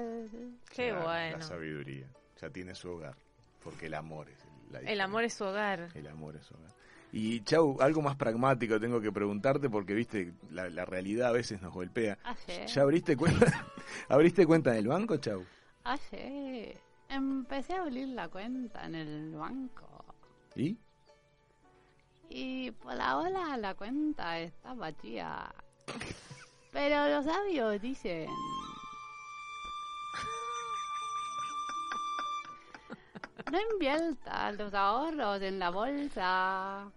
Qué
La- La
bueno.
sabiduría. Ya tiene su hogar. Porque el amor es el- la
El
diferencia.
amor es su hogar.
El amor es hogar. Y Chau, algo más pragmático tengo que preguntarte porque, viste, la, la realidad a veces nos golpea.
Eh.
Ayer,
¿Ya abriste cuenta, abriste cuenta en el banco, Chau?
ayer, empecé a abrir la cuenta en el banco.
¿Y?
Y por ahora la cuenta está vacía. Pero los sabios dicen... No inviertas los ahorros en la bolsa.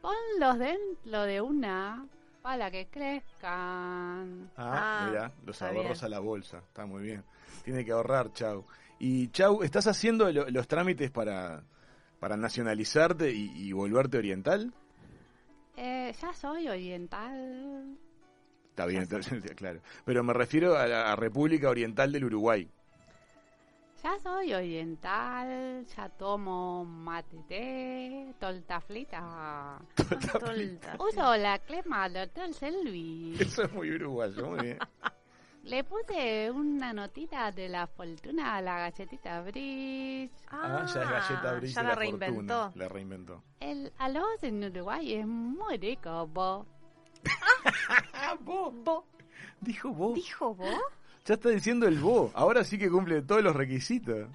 Ponlos dentro de una para que crezcan.
Ah,
Ah,
mirá, los
está
ahorros
bien.
a la bolsa. Está muy bien. Tiene que ahorrar, Chau. Y Chau, ¿estás haciendo lo- los trámites para, para nacionalizarte y, y volverte oriental?
Eh, ya soy oriental.
Está bien, entonces, claro. Pero me refiero a la a República Oriental del Uruguay.
Ya soy oriental. Ya tomo mate té, torta frita.
Tolta.
Uso la crema Dr. Selvi.
Eso es muy uruguayo, muy bien.
Le puse una notita de la fortuna a la galletita Bridge.
Ah, ya es galleta brisa y
Ya la
la fortuna.
reinventó.
La reinventó.
El arroz en Uruguay es muy rico, bo.
¿Vos?
Ah, Dijo vos.
¿Dijo vos?
Ya está diciendo el vos. Ahora sí que cumple todos los requisitos.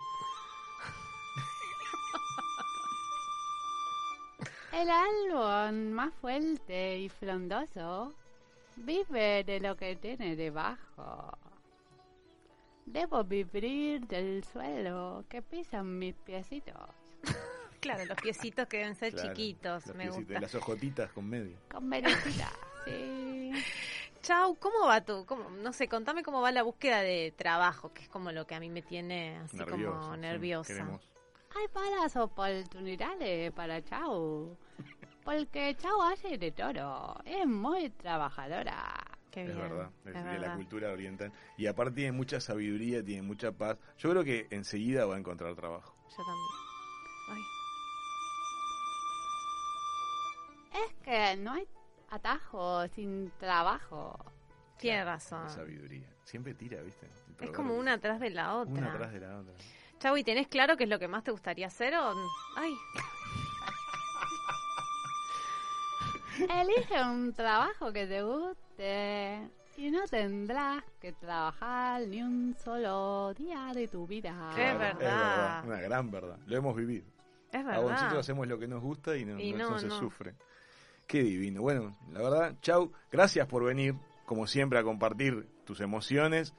El árbol más fuerte y frondoso vive de lo que tiene debajo. Debo vivir del suelo que pisan mis piecitos.
Claro, los piecitos que deben ser
Claro,
chiquitos,
los
me
piecitos,
gusta.
Las ojotitas con medio.
Con merecita, sí.
Chau, ¿cómo va tú? ¿Cómo? No sé, contame cómo va la búsqueda de trabajo, que es como lo que a mí me tiene así como
sí,
nerviosa.
queremos.
Hay malas oportunidades para Chau. Porque Chau hace de todo. Es muy trabajadora.
Qué
Es
bien,
verdad, es
es
de la
verdad.
cultura oriental. Y aparte tiene mucha sabiduría, tiene mucha paz. Yo creo que enseguida va a encontrar trabajo.
Yo también. Ay,
Es que no hay atajo sin trabajo.
tiene
La
razón.
sabiduría. Siempre tira, ¿viste? El
Es como
proverbio.
una atrás de la otra.
Una atrás de la otra.
Chau, ¿y tenés claro qué es lo que más te gustaría hacer o...? Ay,
Elige un trabajo que te guste. Y no tendrás que trabajar ni un solo día de tu vida.
Es
Claro,
verdad.
Una gran verdad. Lo hemos vivido.
es
Ah, bueno, nosotros
verdad.
hacemos lo que nos gusta y no,
Y
no-
no,
no se
no.
sufre. Qué divino. Bueno, la verdad, chau. Gracias por venir, como siempre, a compartir tus emociones,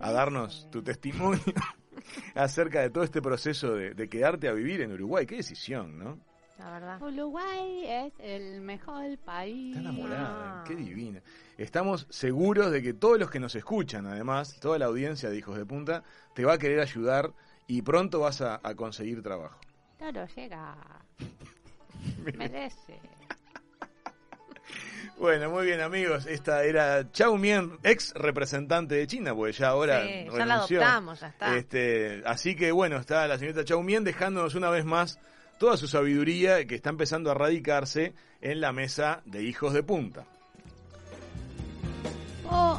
a darnos tu testimonio acerca de todo este proceso de, de quedarte a vivir en Uruguay. Qué decisión, ¿no?
La verdad.
Uruguay es el mejor país.
Está enamorada,
Ah.
qué divina. Estamos seguros de que todos los que nos escuchan, además, toda la audiencia de Hijos de Punta, te va a querer ayudar y pronto vas a, a conseguir trabajo.
Todo llega. Merece.
Bueno, muy bien, amigos. Esta era Chao Mien, ex representante de China, porque ya ahora
Sí, ya la
renunció.
adoptamos, ya está.
Este, así que bueno, está la señorita Chao Mien dejándonos una vez más toda su sabiduría que está empezando a radicarse en la mesa de Hijos de Punta.
O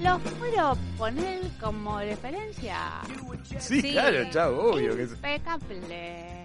los puedo poner como referencia.
Sí,
Sí.
claro, Chao, obvio que sí.
Impecable.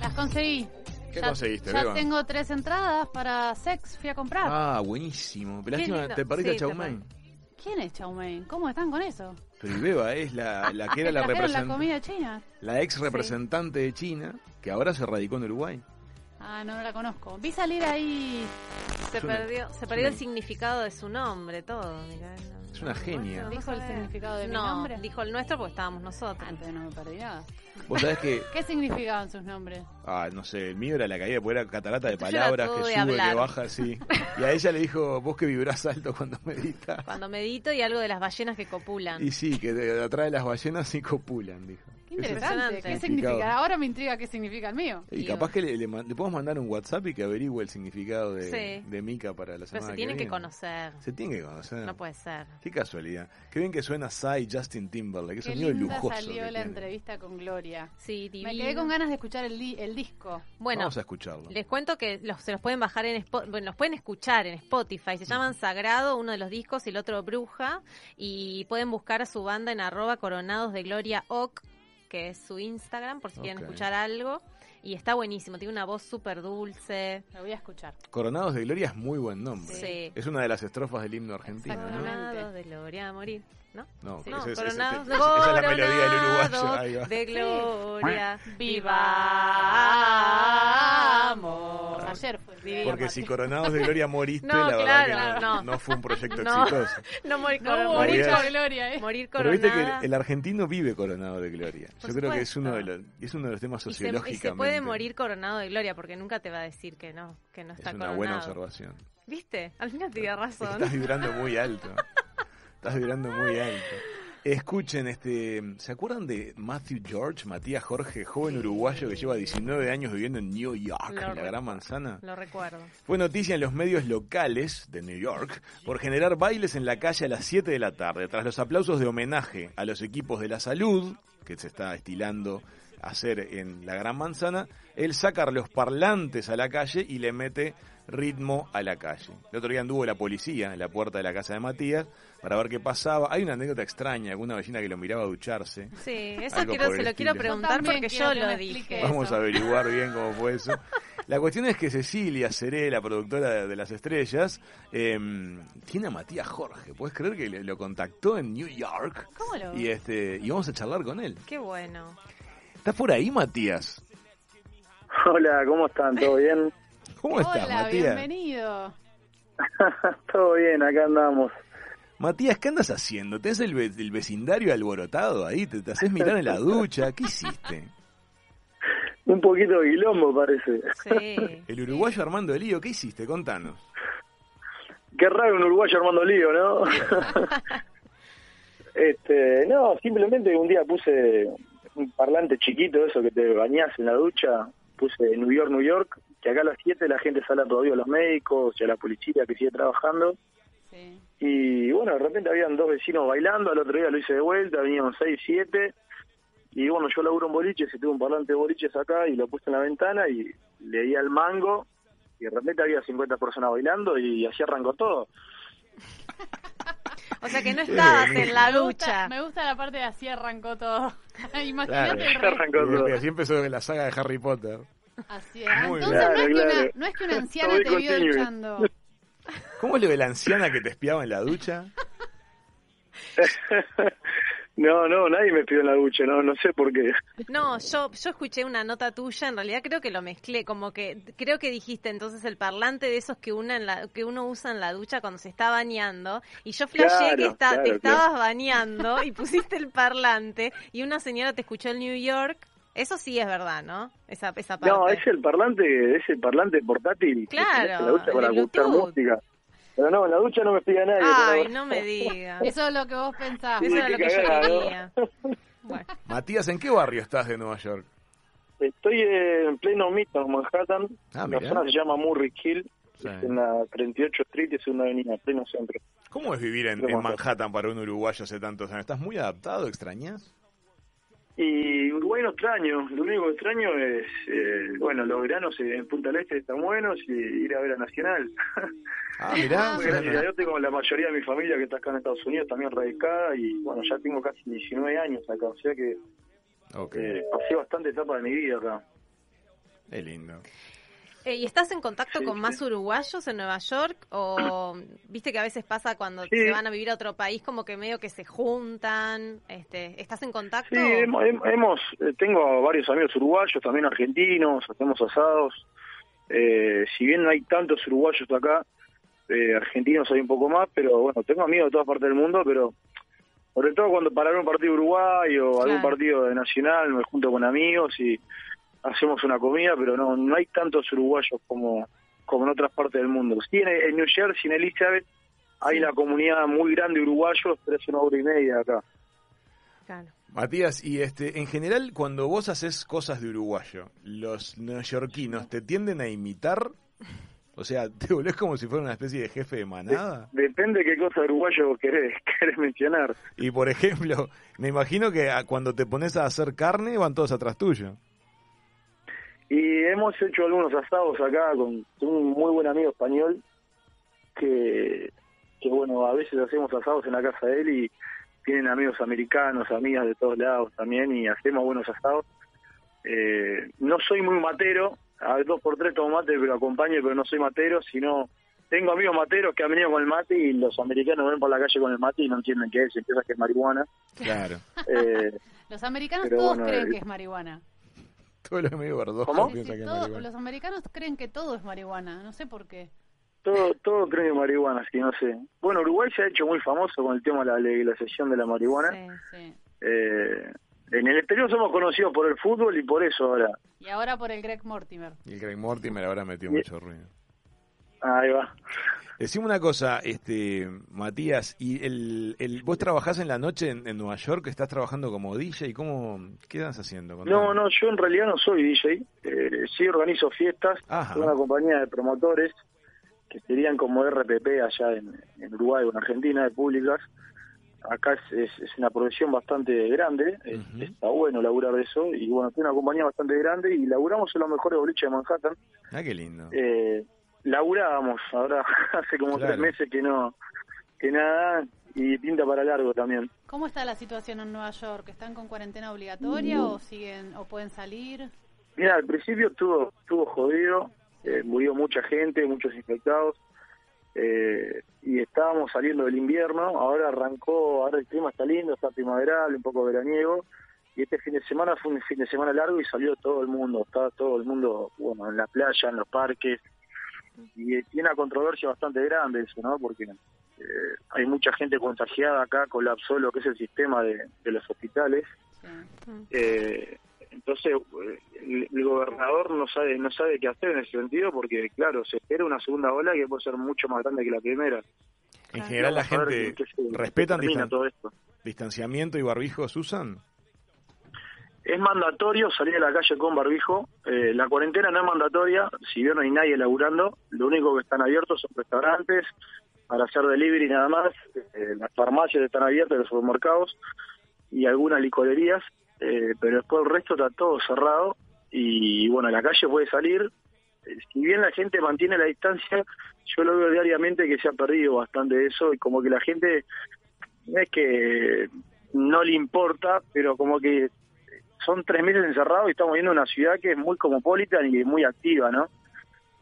Las conseguí.
¿Qué
Ya-
conseguiste,
Ya
Beba?
tengo tres entradas para Sex, fui a comprar.
Ah, buenísimo. Pero
Qué
Lástima,
lindo.
te perdiste
Sí,
a Chaumain.
¿Quién es Chaumain? ¿Cómo están con eso?
Pero y Beba es la, la que era
Me
la,
trajeron la
represent-
comida china?
la ex representante de China, que ahora se radicó en Uruguay.
Ah, no, no la conozco. Vi salir ahí.
Se
Es una-
perdió, se
una-
perdió el significado de su nombre, todo. mirá, no-
Es una genia.
no
¿Dijo el
sabía.
significado de mi
No,
nombre?
dijo el nuestro porque estábamos nosotros.
Ah, entonces no me perdí nada.
Vos sabés que,
¿Qué significaban sus nombres?
ah, no sé, el mío era la caída, porque era catarata de
Esto ya era
palabras que
todo de
sube, que
hablar.
baja, sí. Y a ella le dijo, vos que vibrás alto cuando meditas.
Cuando medito y algo de las ballenas que copulan.
Y sí, que te atrae las ballenas y copulan, dijo.
Qué
Ese-
interesante.
interesante.
¿Qué significa? Ahora me intriga qué significa el mío.
Y capaz que le, le, man- le podemos mandar un WhatsApp y que averigüe el significado de,
Sí.
de Mika para la
Pero
semana
se tienen que,
viene.
conocer.
Se tiene que conocer.
No puede ser.
Qué casualidad. Qué bien que suena Sai Justin Timberlake. Qué,
Qué
sonido
linda
lujoso.
salió
que
la
tiene.
entrevista con Gloria.
Sí, divino.
Me quedé con ganas de escuchar el, di- el disco.
Bueno,
Vamos a escucharlo.
les cuento que los, se los pueden bajar en Spo- bueno, los pueden escuchar en Spotify. Se llaman Sagrado, uno de los discos, y el otro Bruja. Y pueden buscar a su banda en arroba coronados de Gloria Oc, que es su Instagram, por si quieren
Ok.
escuchar algo. Y está buenísimo, tiene una voz súper dulce.
Lo voy a escuchar.
Coronados de Gloria es muy buen nombre.
Sí.
Es una de las estrofas del himno argentino, ¿no?
Exactamente.
Coronados de Gloria a morir. ¿no?
No,
Sí.
ese- ese- ese-
coronados
ese- esa es la melodía del uruguayo.
coronados
Ahí va.
de gloria,
¡Vivamos!
vivamos.
Ayer fue. el día
Divino.
de
Porque si
Martín.
Coronados de Gloria moriste,
No,
la verdad
claro,
que no,
no.
no fue un proyecto
No.
exitoso.
No morir,
No hubo
Morir.
mucha gloria, ¿eh?
morir
Pero viste que
coronada.
el, el argentino vive coronado de gloria. Yo
Por
creo que es uno de
supuesto.
los, es uno de los temas
Y se, y
sociológicamente.
se puede morir coronado de gloria porque nunca te va a decir que no, que no
Es
está
una
coronado.
buena observación.
¿Viste? Al final te dio
Es que
razón.
estás vibrando muy alto. Estás vibrando muy alto. Escuchen, este, ¿se acuerdan de Matthew George, Matías Jorge, joven uruguayo que lleva 19 años viviendo en New York,
Lo
en la Gran Manzana?
Lo recuerdo.
Fue noticia en los medios locales de New York por generar bailes en la calle a las 7 de la tarde, tras los aplausos de homenaje a los equipos de la salud, que se está estilando hacer en la Gran Manzana, él saca los parlantes a la calle y le mete ritmo a la calle. El otro día anduvo la policía en la puerta de la casa de Matías para ver qué pasaba. Hay una anécdota extraña, alguna vecina que lo miraba ducharse.
Sí, eso
Algo
quiero,
por
se
el
lo quiero
estilo.
preguntar
Yo también
porque
quiero
yo
que me
lo
explique
dije.
eso.
Vamos a averiguar bien cómo fue eso. La cuestión es que Cecilia Seré, la productora de, de Las Estrellas, em, tiene a Matías Jorge. ¿Puedes creer que le- lo contactó en New York?
¿Cómo lo
Y, este, y vamos a charlar con él.
Qué bueno.
¿Estás por ahí, Matías?
Hola, ¿cómo están? ¿Todo bien?
¿Cómo
Hola,
estás, Matías?
bienvenido.
Todo bien, acá andamos.
Matías, ¿qué andas haciendo? ¿Tenés el, ve- el vecindario alborotado ahí? ¿Te, te haces mirar en la ducha? ¿Qué hiciste?
Un poquito de quilombo parece.
Sí.
El uruguayo Armando Lío, ¿qué hiciste? Contanos.
Qué raro un uruguayo armando lío, ¿no? este, no, simplemente un día puse un parlante chiquito, eso que te bañás en la ducha, puse New York, New York, que acá a las 7 la gente sale todavía a los médicos y a la policía que sigue trabajando.
Sí.
Y bueno, de repente habían dos vecinos bailando, al otro día lo hice de vuelta, vinieron seis, siete. Y bueno, yo laburo en boliches y tuve un parlante de boliches acá y lo puse en la ventana y le di al mango y de repente había 50 personas bailando y así arrancó todo.
O sea que no estabas en la
Me gusta,
ducha.
me gusta la parte de así arrancó todo.
Claro.
Imagínate el resto.
Arrancó todo.
Y así empezó la saga de Harry Potter.
Así es.
Muy
Entonces no, es que
bien. Claro,
una,
claro.
no es que una anciana
Soy
te vio
continuo.
duchando.
¿Cómo es lo de la anciana que te espiaba en la ducha?
No, no, nadie me pidió en la ducha, no, no sé por qué.
No, yo, yo escuché una nota tuya, en realidad creo que lo mezclé, como que creo que dijiste entonces el parlante de esos que, una en la- que uno usa en la ducha cuando se está bañando, y yo flasheé
Claro,
que está- te
claro, claro.
estabas bañando y pusiste el parlante y una señora te escuchó en New York. Eso sí es verdad, ¿no? Esa, esa parte.
No, es el parlante, es el parlante portátil. que
Claro,
tenés en la ducha
el
para
de
escuchar
Bluetooth.
música. Pero no, en la ducha no me pide nadie.
Ay,
pero-
no me digas. Eso
Eso es lo que vos pensás.
Sí,
era lo
qué
que yo
cagada, ¿no?
quería. Bueno,
Matías, ¿en qué barrio estás de Nueva York?
Estoy en pleno Midtown, Manhattan.
Ah,
la
mirá.
zona se llama Murray Hill.
Sí.
Es en la 38 Street, es una avenida, en pleno centro.
¿Cómo es vivir en, en Manhattan para un uruguayo hace tantos años? ¿Estás muy adaptado? ¿Extrañas?
Y Uruguay no extraño. Lo único que extraño es, eh, bueno, los veranos en Punta del Este están buenos y ir a ver a Nacional.
Ah, mirá.
Gracias a Dios tengo la mayoría de mi familia que está acá en Estados Unidos también radicada y bueno, ya tengo casi 19 años acá, o sea que
Ok,
eh, pasé bastante etapa de mi vida acá.
es lindo.
Eh, ¿Y estás en contacto
Sí,
con
sí.
más uruguayos en Nueva York? ¿O viste que a veces pasa cuando
Sí.
se van a vivir a otro país, como que medio que se juntan? Este, ¿Estás en contacto?
Sí, hemos, hem- hemos- eh, tengo varios amigos uruguayos, también argentinos, hacemos asados. Eh, si bien no hay tantos uruguayos acá, eh, argentinos hay un poco más, pero bueno, tengo amigos de todas partes del mundo, pero sobre todo cuando para un partido uruguayo o algún
Claro.
partido de nacional me junto con amigos y hacemos una comida, pero no no hay tantos uruguayos como como en otras partes del mundo. Sí, en, en New Jersey, en Elizabeth, hay una comunidad muy grande de uruguayos, pero es una hora y media acá.
Claro.
Matías, y este, en general, cuando vos haces cosas de uruguayo, los neoyorquinos te tienden a imitar, o sea, te volvés como si fuera una especie de jefe de manada.
Depende qué cosa de uruguayo querés, querés mencionar.
Y por ejemplo, me imagino que a- cuando te pones a hacer carne van todos atrás tuyo.
Y hemos hecho algunos asados acá con un muy buen amigo español que, que, bueno, a veces hacemos asados en la casa de él y tienen amigos americanos, amigas de todos lados también y hacemos buenos asados. Eh, no soy muy matero, a dos por tres tomo mate, pero acompaño, pero no soy matero, sino tengo amigos materos que han venido con el mate y los americanos ven por la calle con el mate y no entienden qué es, y empiezan que es marihuana.
Claro.
Eh,
Los americanos
Pero
todos
bueno,
creen
eh,
que es marihuana.
Todo lo medio verdoso
¿Cómo?
piensa que es
Todo-
marihuana.
los americanos creen que todo es marihuana, no sé por qué.
Todo, todo creo que marihuana, sí, no sé. Bueno, Uruguay se ha hecho muy famoso con el tema de la legalización de la marihuana.
Sí.
Sí.
Eh, en el exterior somos conocidos por el fútbol y por eso ahora.
Y ahora por el Greg Mortimer.
Y el Craig Mortimer ahora metió mucho ruido.
Ah, Ahí va.
Decime una cosa, este, Matías, y el, el, vos trabajás en la noche en, en Nueva York, estás trabajando como DJ, ¿cómo, qué estás haciendo?
No,
Contame.
no, yo en realidad no soy DJ. Eh, sí organizo fiestas
Ajá.
con una compañía de promotores que serían como RPP allá en, en Uruguay o en Argentina, de públicas. Acá es, es- es una profesión bastante grande. es-
Ujú.
Está bueno laburar de eso. Y bueno, tengo una compañía bastante grande y laburamos en los mejores boliches de Manhattan.
Ah, qué lindo.
eh, laburábamos ahora hace como
Claro.
tres meses que no que nada y pinta para largo también
¿Cómo está la situación en Nueva York? ¿Están con cuarentena obligatoria
Mm.
o siguen o pueden salir?
mira al principio estuvo estuvo jodido eh, murió mucha gente muchos infectados eh, y estábamos saliendo del invierno ahora arrancó ahora el clima está lindo está primaveral un poco veraniego y este fin de semana fue un fin de semana largo y salió todo el mundo estaba todo el mundo bueno en la playa en los parques y eh, tiene una controversia bastante grande eso, ¿no? Porque eh, hay mucha gente contagiada acá, colapsó lo que es el sistema de, de los hospitales.
Sí.
Eh, entonces, eh, el, el gobernador no sabe no sabe qué hacer en ese sentido porque, claro, se espera una segunda ola que puede ser mucho más grande que la primera.
en general la
Vamos a ver
gente
en qué se-
respetan
termina
distan-
todo esto.
distanciamiento y barbijos usan.
Es mandatorio salir a la calle con barbijo. Eh, la cuarentena no es mandatoria, si bien no hay nadie laburando, lo único que están abiertos son restaurantes para hacer delivery nada más. Eh, las farmacias están abiertas, los supermercados y algunas licorerías, eh, pero después el resto está todo cerrado y bueno, la calle puede salir. Eh, Si bien la gente mantiene la distancia, yo lo veo diariamente que se ha perdido bastante eso y como que la gente no es que no le importa, pero como que son tres meses encerrados y estamos viendo una ciudad que es muy cosmopolita y muy activa, ¿no?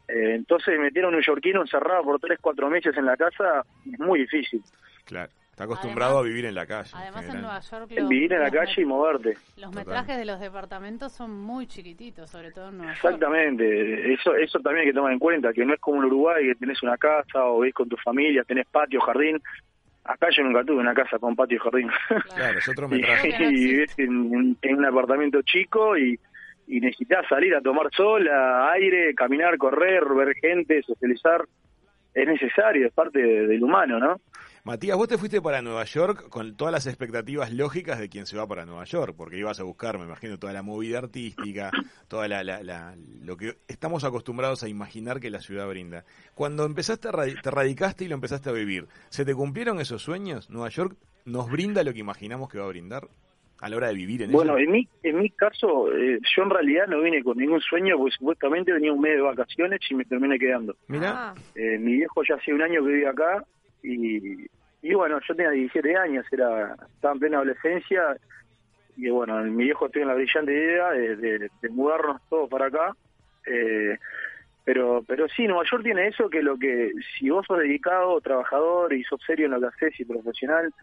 Eh, entonces meter a un neoyorquino encerrado por tres, cuatro meses en la casa es muy difícil.
Claro. Está acostumbrado
Además-
a vivir en la calle. en
Además en
general.
Nueva York los,
Vivir en la
los
calle y
met-
moverte.
los
Total.
metrajes de los departamentos son muy chiquititos, sobre todo en Nueva York.
Exactamente, eso eso también hay que tomar en cuenta, que no es como en Uruguay, que tenés una casa o vivís con tu familia, tenés patio, jardín. Acá yo nunca tuve una casa con patio y jardín.
Claro, es otro
y,
metraje.
Creo que no
y vivís en, en- en un apartamento chico y, y necesitas salir a tomar sol, a aire, caminar, correr, ver gente, socializar. Es necesario, es parte de- del humano, ¿no?
Matías, vos te fuiste para Nueva York con todas las expectativas lógicas de quien se va para Nueva York, porque ibas a buscar, me imagino, toda la movida artística, toda la, la- la- lo que estamos acostumbrados a imaginar que la ciudad brinda. Cuando empezaste, a radi- te radicaste y lo empezaste a vivir, ¿se te cumplieron esos sueños? ¿Nueva York nos brinda lo que imaginamos que va a brindar a la hora de vivir en
Bueno,
ella?
en mi, en mi caso, eh, yo en realidad no vine con ningún sueño, porque supuestamente venía un mes de vacaciones y me terminé quedando.
Mirá,
Ah,
Eh, mi viejo ya hace un año que vive acá y, y bueno, yo tenía 17 años, era estaba en plena adolescencia y bueno, mi viejo tuvo la brillante idea de, de- de mudarnos todos para acá. eh, pero pero sí, Nueva York tiene eso que lo que si vos sos dedicado, trabajador y sos serio en lo que haces y profesional,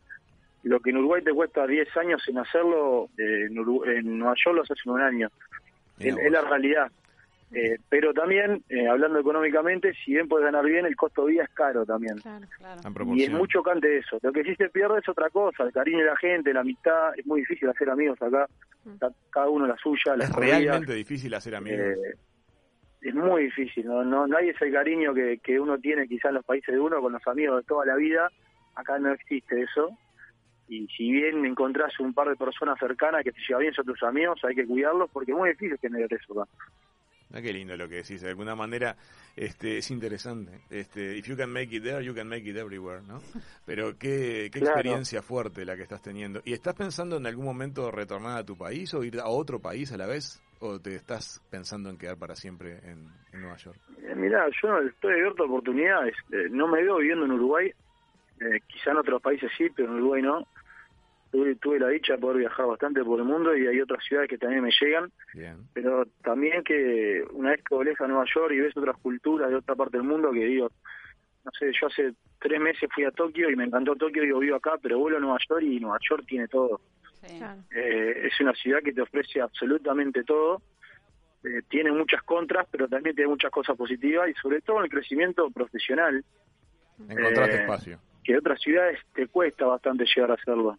lo que en Uruguay te cuesta 10 años en hacerlo, eh, en, Urugu- en Nueva York lo haces en un año
mirá
es,
vos.
es la realidad. Eh, pero también, eh, hablando económicamente, si bien puedes ganar bien, el costo de vida es caro también.
claro.
Claro.
En
Y es
proporción.
mucho cante eso. Lo que sí se pierde es otra cosa, el cariño de la gente, la amistad. Es muy difícil hacer amigos acá. Ca- Cada uno la suya, las
Es
corridas.
realmente difícil hacer amigos.
Eh, es muy difícil. No, no, no hay ese cariño que, que uno tiene quizás en los países de uno con los amigos de toda la vida. Acá no existe eso. Y si bien encontrás un par de personas cercanas que te llevan bien son tus amigos, hay que cuidarlos porque es muy difícil generar eso acá.
Ah, qué lindo lo que decís. De alguna manera este, es interesante. Este, if you can make it there, you can make it everywhere, ¿no? Pero qué, qué
Claro.
experiencia fuerte la que estás teniendo. ¿Y estás pensando en algún momento retornar a tu país o ir a otro país a la vez? ¿O te estás pensando en quedar para siempre en, en Nueva York?
Eh, Mirá, yo estoy abierto a oportunidades. Eh, no me veo viviendo en Uruguay. Eh, quizá en otros países sí, pero en Uruguay no. Tuve, tuve la dicha de poder viajar bastante por el mundo y hay otras ciudades que también me llegan.
Bien.
Pero también que una vez que volvés a Nueva York y ves otras culturas de otra parte del mundo, que digo, no sé, yo hace tres meses fui a Tokio y me encantó Tokio y digo, vivo acá, pero vuelvo a Nueva York y Nueva York tiene todo.
Sí.
claro.
Eh, es una ciudad que te ofrece absolutamente todo. Eh, tiene muchas contras, pero también tiene muchas cosas positivas y sobre todo en el crecimiento profesional,
Encontraste
Eh,
espacio.
que en otras ciudades te cuesta bastante llegar a hacerlo.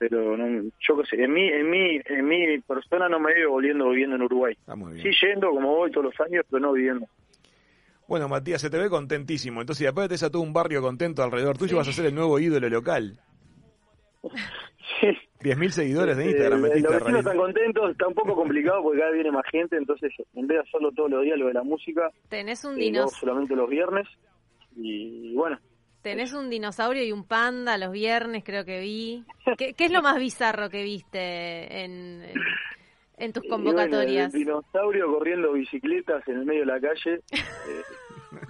Pero no, yo qué sé, en mí, en mí, en mi persona no me veo volviendo viviendo en Uruguay.
Está muy bien.
Sí yendo como voy todos los años, pero no viviendo.
Bueno, Matías, se te ve contentísimo. Entonces, y aparte es a todo un barrio contento alrededor tuyo, vas a ser el nuevo ídolo local. 10.000 seguidores de Instagram,
Eh,
metiste
los
a
vecinos
raíz-
están contentos, está un poco complicado porque cada vez viene más gente, entonces en vez de hacerlo todos los días lo de la música,
Tenés un
eh, lo hago
dinosaurio.
solamente los viernes y bueno,
Tenés un dinosaurio y un panda los viernes, creo que vi. ¿Qué, qué es lo más bizarro que viste en, en tus
Y
convocatorias?
bueno, el dinosaurio corriendo bicicletas en el medio de la calle. eh,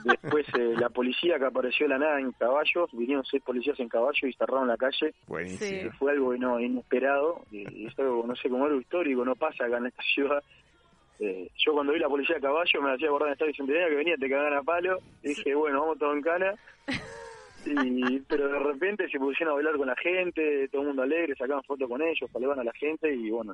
después eh, la policía que apareció de la nada en caballos. Vinieron seis policías en caballo y cerraron la calle.
Buenísimo.
Sí.
Fue algo no, inesperado. y es algo, no sé, como algo histórico. No pasa acá en esta ciudad. Eh, yo cuando vi la policía a caballo me hacía acordar en esta bicentenaria que venía, te cagaban a palo. Y dije, bueno, vamos todos en cana. Y, pero de repente se pusieron a bailar con la gente, todo el mundo alegre, sacaban fotos con ellos, saludaban a la gente y bueno,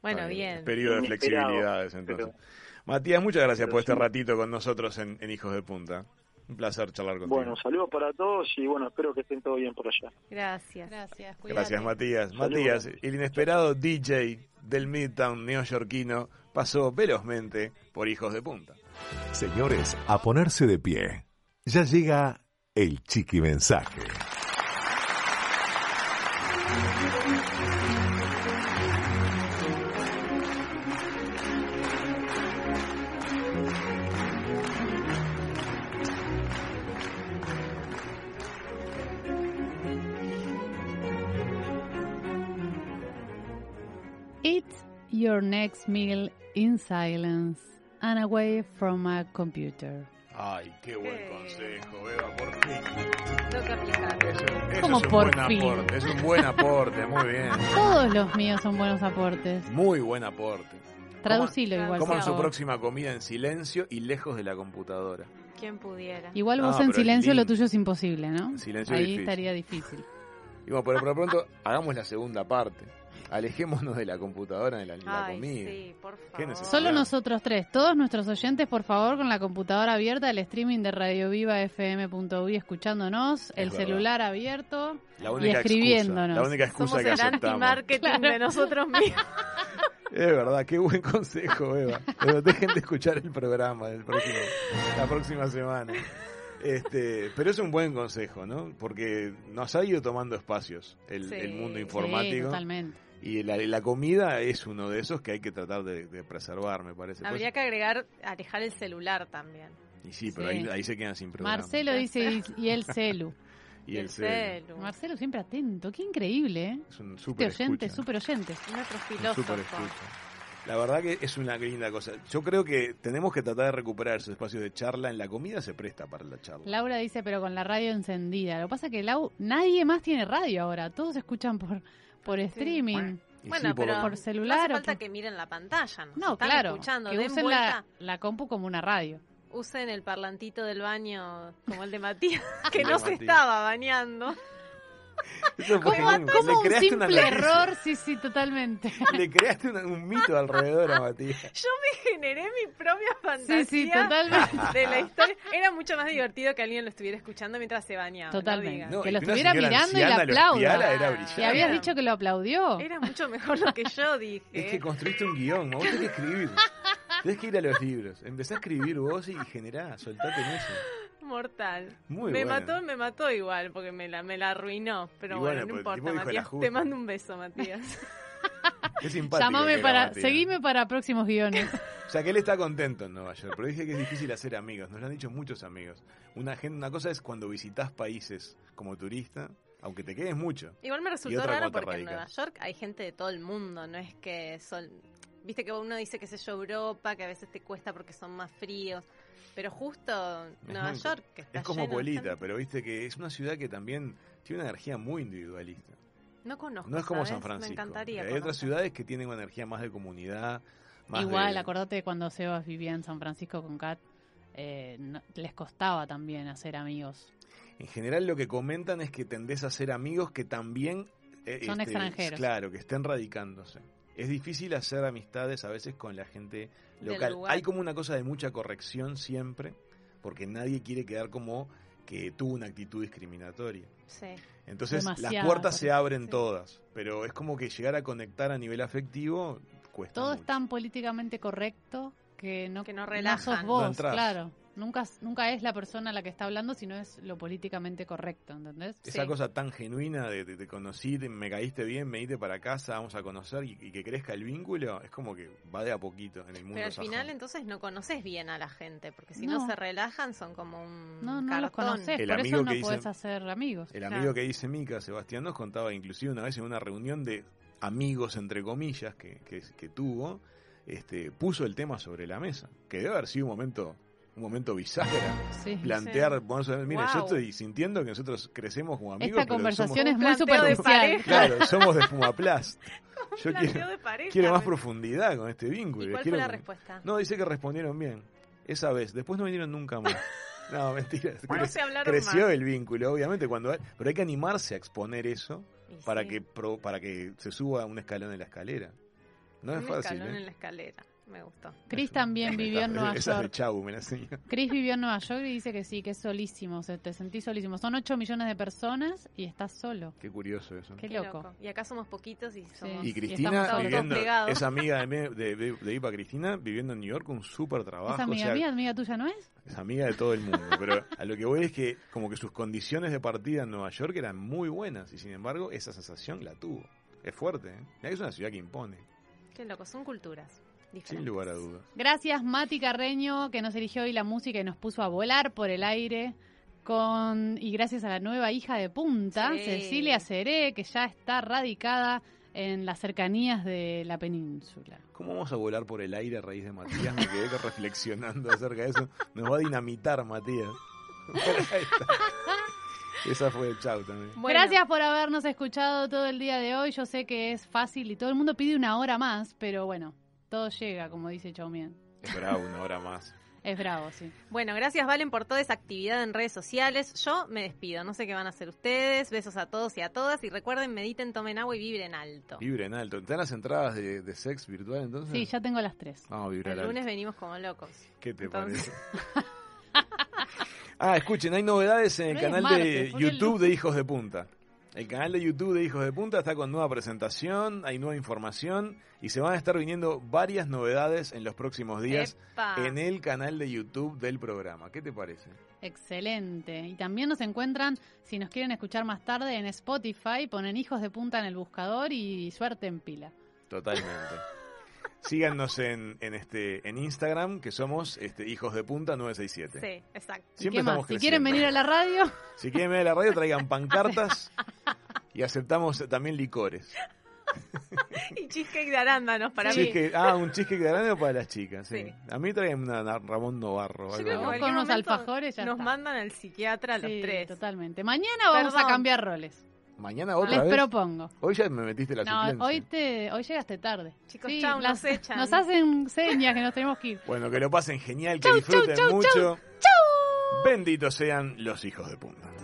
Bueno,
Está
bien.
Periodo de
Inesperado,
flexibilidades, entonces.
pero-
Matías, muchas gracias
pero
por este
sí.
ratito con nosotros en, en Hijos de Punta. Un placer charlar contigo.
Bueno, saludos para todos y bueno, espero que estén todo bien por allá.
Gracias.
Gracias, cuídate.
gracias, Matías. Matías, el inesperado DJ del Midtown neoyorquino pasó velozmente por Hijos de Punta.
Señores, a ponerse de pie. Ya llega el chiqui mensaje.
Eat your next meal in silence and away from a computer.
Ay, qué buen
Eh.
consejo, Eva, por fin.
Tengo que aplicar.
Eso, eso
¿Cómo
es un
por
buen
fin?
aporte, es un buen aporte, muy bien.
Todos los míos son buenos aportes.
Muy buen aporte.
Traducilo igual.
Coman
Coman
por
su
favor.
próxima comida en silencio y lejos de la computadora.
Quien pudiera.
Igual
No,
vos
Ah, pero
en
es
silencio lo
lindo.
tuyo es imposible, ¿no?
En silencio es
Ahí
difícil.
estaría difícil.
Y bueno, pero por lo pronto hagamos la segunda parte. Alejémonos de la computadora, de la, la
Ay,
comida.
sí, por favor.
¿Qué necesidad?
Solo
Bien.
nosotros tres, todos nuestros oyentes, por favor, con la computadora abierta, el streaming de radiovivafm.uy escuchándonos, el
verdad.
celular abierto.
La única
escribiéndonos.
Excusa, la única excusa
Somos
que
el
aceptamos.
anti-marketing de nosotros mismos.
Es verdad, qué buen consejo, Eva. Pero dejen de escuchar el programa del próximo- la próxima semana. Este, pero es un buen consejo, ¿no? Porque nos ha ido tomando espacios el,
Sí.
el mundo
Sí,
Sí,
informático.
totalmente.
y la, la comida es uno de esos que hay que tratar de, de preservar, me parece. Pues-
Habría que agregar, alejar el celular también.
y sí, pero
Sí.
Ahí, ahí se quedan sin programa.
Marcelo dice, y, y el celu.
y el cel.
celu.
Marcelo siempre atento, qué increíble, ¿eh?
Es un
Este
súper
oyente,
escucha.
súper oyente.
Nuestro
Un súper
filósofo.
escucha. La verdad que es una linda cosa. Yo creo que tenemos que tratar de recuperar esos espacios de charla. En la comida se presta para la charla.
Laura dice, pero con la radio encendida. Lo que pasa que Lau, nadie más tiene radio ahora, todos escuchan por, por streaming,
Y
Bueno,
sí, por-
pero
por
No
celular.
hace
o
falta
por-
que miren la pantalla. Nos
No,
están
claro,
escuchando.
que
den
usen
vuelta,
la, la compu como una radio.
usen el parlantito del baño como el de Matías, que
El de
no se
Matías.
estaba bañando.
Eso fue
Como,
genial.
como
Le
un
creaste una
simple
noticia.
error, sí, sí, totalmente.
Le creaste una- un mito alrededor a Matías.
Yo me generé mi propia fantasía
Sí, sí, totalmente.
de la historia. Era mucho más divertido que alguien lo estuviera escuchando mientras se bañaba. no
Totalmente.
digas.
Que
y
lo
una
estuviera
señora
mirando y
anciana
le
lo
aplauda.
espiara, era
Ah,
¿Te
brillante.
habías
Claro.
dicho que lo aplaudió?
Era mucho mejor lo que yo dije.
Es que construiste un guión, vos tenés que escribir. Tenés que ir a los libros. Empezá a escribir vos y generá, soltate en eso.
Mortal.
Muy
me
bueno.
mató, me mató igual, porque me la, me la arruinó. Pero
Y bueno,
bueno, no
pero el tipo
importa,
dijo la
Matías.
justa.
Te mando un beso, Matías.
Es simpático. que
Llámame
era
para,
Matías.
seguime para próximos guiones.
O sea, que él está contento en Nueva York, pero dije que es difícil hacer amigos. Nos lo han dicho muchos amigos. Una, gen- una cosa es cuando visitas países como turista, aunque te quedes mucho.
Igual me resultó
otra
raro
cuota
porque en Nueva
radicas.
York hay gente de todo el mundo, no es que son... Viste que uno dice que sé yo Europa, que a veces te cuesta porque son más fríos, pero justo Nueva
muy-
York, que está
Es como
lleno de
Pueblita,
gente-
pero viste que es una ciudad que también tiene una energía muy individualista.
No conozco,
No es como
¿sabes?
San Francisco.
Me encantaría
Hay
conocer.
otras ciudades que tienen una energía más de comunidad. Más
Igual,
de...
acordate de cuando Sebas vivía en San Francisco con Kat, eh, no- les costaba también hacer amigos.
En general lo que comentan es que tendés a ser amigos que también... eh,
Son extranjeros.
Claro, que estén radicándose. Es difícil hacer amistades a veces con la gente
Del
local.
lugar.
Hay como una cosa de mucha corrección siempre, porque nadie quiere quedar como que tuvo una actitud discriminatoria.
Sí.
Entonces las
Demasiado,
puertas
parece,
se abren
sí.
todas, pero es como que llegar a conectar a nivel afectivo cuesta
Todo
mucho.
es tan políticamente correcto que no,
Que no relajan.
sos
No
vos,
entras.
claro. Nunca, nunca es la persona la que está hablando, sino es lo políticamente correcto, ¿entendés?
Esa
Sí.
cosa tan genuina de te, te conocí, te- me caíste bien, me diste para casa, vamos a conocer y, y que crezca el vínculo, es como que va de a poquito en el mundo.
Pero al
sajón.
final entonces no conoces bien a la gente, porque si no,
No.
se relajan son como un
No, no los
cartón.
conoces,
El
por
amigo
eso no
que dice-
podés hacer amigos.
El
Claro.
amigo que dice Mica, Sebastián, nos contaba inclusive una vez en una reunión de amigos, entre comillas, que, que- que tuvo, este, puso el tema sobre la mesa, que debe haber sido un momento, un momento bisagra.
Sí.
Plantear, bueno, mire, yo
Wow.
estoy sintiendo que nosotros crecemos como amigos.
Esta
pero
conversación
somos-
es muy
Un planteo de
superficial.
somos- Claro,
pareja.
somos de Fumaplast. Yo
Un planteo
quiero,
de pareja.
quiero más
me-
profundidad con este vínculo.
¿Y cuál
quiero
fue la
que-
respuesta?
No, dice que respondieron bien. Esa vez. Después no vinieron nunca más. No, mentira.
No
Cre-
se hablaron
creció
más.
el vínculo, obviamente. cuando hay- Pero hay que animarse a exponer eso
Y
para,
sí,
que, pro- para que se suba un escalón en la escalera. No es
un
fácil.
escalón
¿eh?
en la escalera. Me gustó.
Cris también vivió en Nueva
Esa es de
York.
Chau, me la enseñó.
Cris vivió en Nueva York y dice que sí, que es solísimo, o sea, te sentís solísimo. Son 8 millones de personas y estás solo.
Qué curioso eso.
Qué loco.
Y acá somos poquitos y somos...
Y
Y
Cristina,
estamos todos
viviendo,
pegados.
es amiga de, me- de, de- de Ipa Cristina, viviendo en New York, un súper trabajo.
¿Es amiga
o sea,
mía, amiga tuya, no es?
Es amiga de todo el mundo, pero a lo que voy es que como que sus condiciones de partida en Nueva York eran muy buenas y sin embargo esa sensación la tuvo. Es fuerte, ¿eh? Mirá que es una ciudad que impone,
Qué loco, son culturas. Diferentes.
sin lugar a dudas.
Gracias Mati Carreño que nos eligió hoy la música y nos puso a volar por el aire con y gracias a la nueva hija de punta,
Sí.
Cecilia Seré, que ya está radicada en las cercanías de la península.
¿Cómo vamos a volar por el aire a raíz de Matías? Me quedé reflexionando acerca de eso. Nos va a dinamitar Matías. Ahí está. Esa fue el chau también.
Bueno,
Gracias por habernos escuchado todo el día de hoy. Yo sé que es fácil y todo el mundo pide una hora más, pero bueno, todo llega, como dice Chaumien.
Es bravo, una hora más.
Es bravo, sí.
Bueno, gracias Valen por toda esa actividad en redes sociales. Yo me despido, no sé qué van a hacer ustedes. Besos a todos y a todas. Y recuerden, mediten, tomen agua y vibren alto.
Vibre en alto. ¿Están las entradas de, de sex virtual entonces?
Sí, ya tengo las tres.
Vamos a vibrar
El
alto.
lunes venimos como locos.
¿Qué te
Entonces-
parece? ah, escuchen, hay novedades en el
No es
canal
martes,
de
ponele.
YouTube de Hijos de Punta. El canal de YouTube de Hijos de Punta está con nueva presentación, hay nueva información y se van a estar viniendo varias novedades en los próximos días
Epa.
en el canal de YouTube del programa. ¿Qué te parece?
Excelente. Y también nos encuentran, si nos quieren escuchar más tarde, en Spotify, ponen hijos de punta en el buscador y suerte en pila.
Totalmente. Síganos en, en este en Instagram que somos este, Hijos de Punta 967.
Sí, exacto.
¿Y
Siempre
qué más?
estamos
Si quieren
creciendo.
venir a la radio,
Si quieren venir a la radio traigan pancartas y aceptamos también licores.
Y cheesecake de arándanos para mí.
Cheesecake- ah, un cheesecake de arándano para las chicas. Sí.
Sí.
A mí traen una, una Ramón Novarro.
Yo
algo
creo que
así.
Con
cualquier
unos
momento
alfajores ya
Nos
está.
mandan al psiquiatra a los
Sí,
tres.
totalmente. Mañana vamos a
Perdón.
cambiar roles.
Mañana otra
Les
vez.
propongo.
Hoy ya me metiste la
No,
suplencia.
hoy te, hoy llegaste tarde.
Chicos, chau, nos echan.
Nos hacen señas que nos tenemos que ir.
Bueno, que lo pasen genial, que
Chau, chau,
disfruten
chau,
mucho.
chau.
Benditos sean los hijos de punta.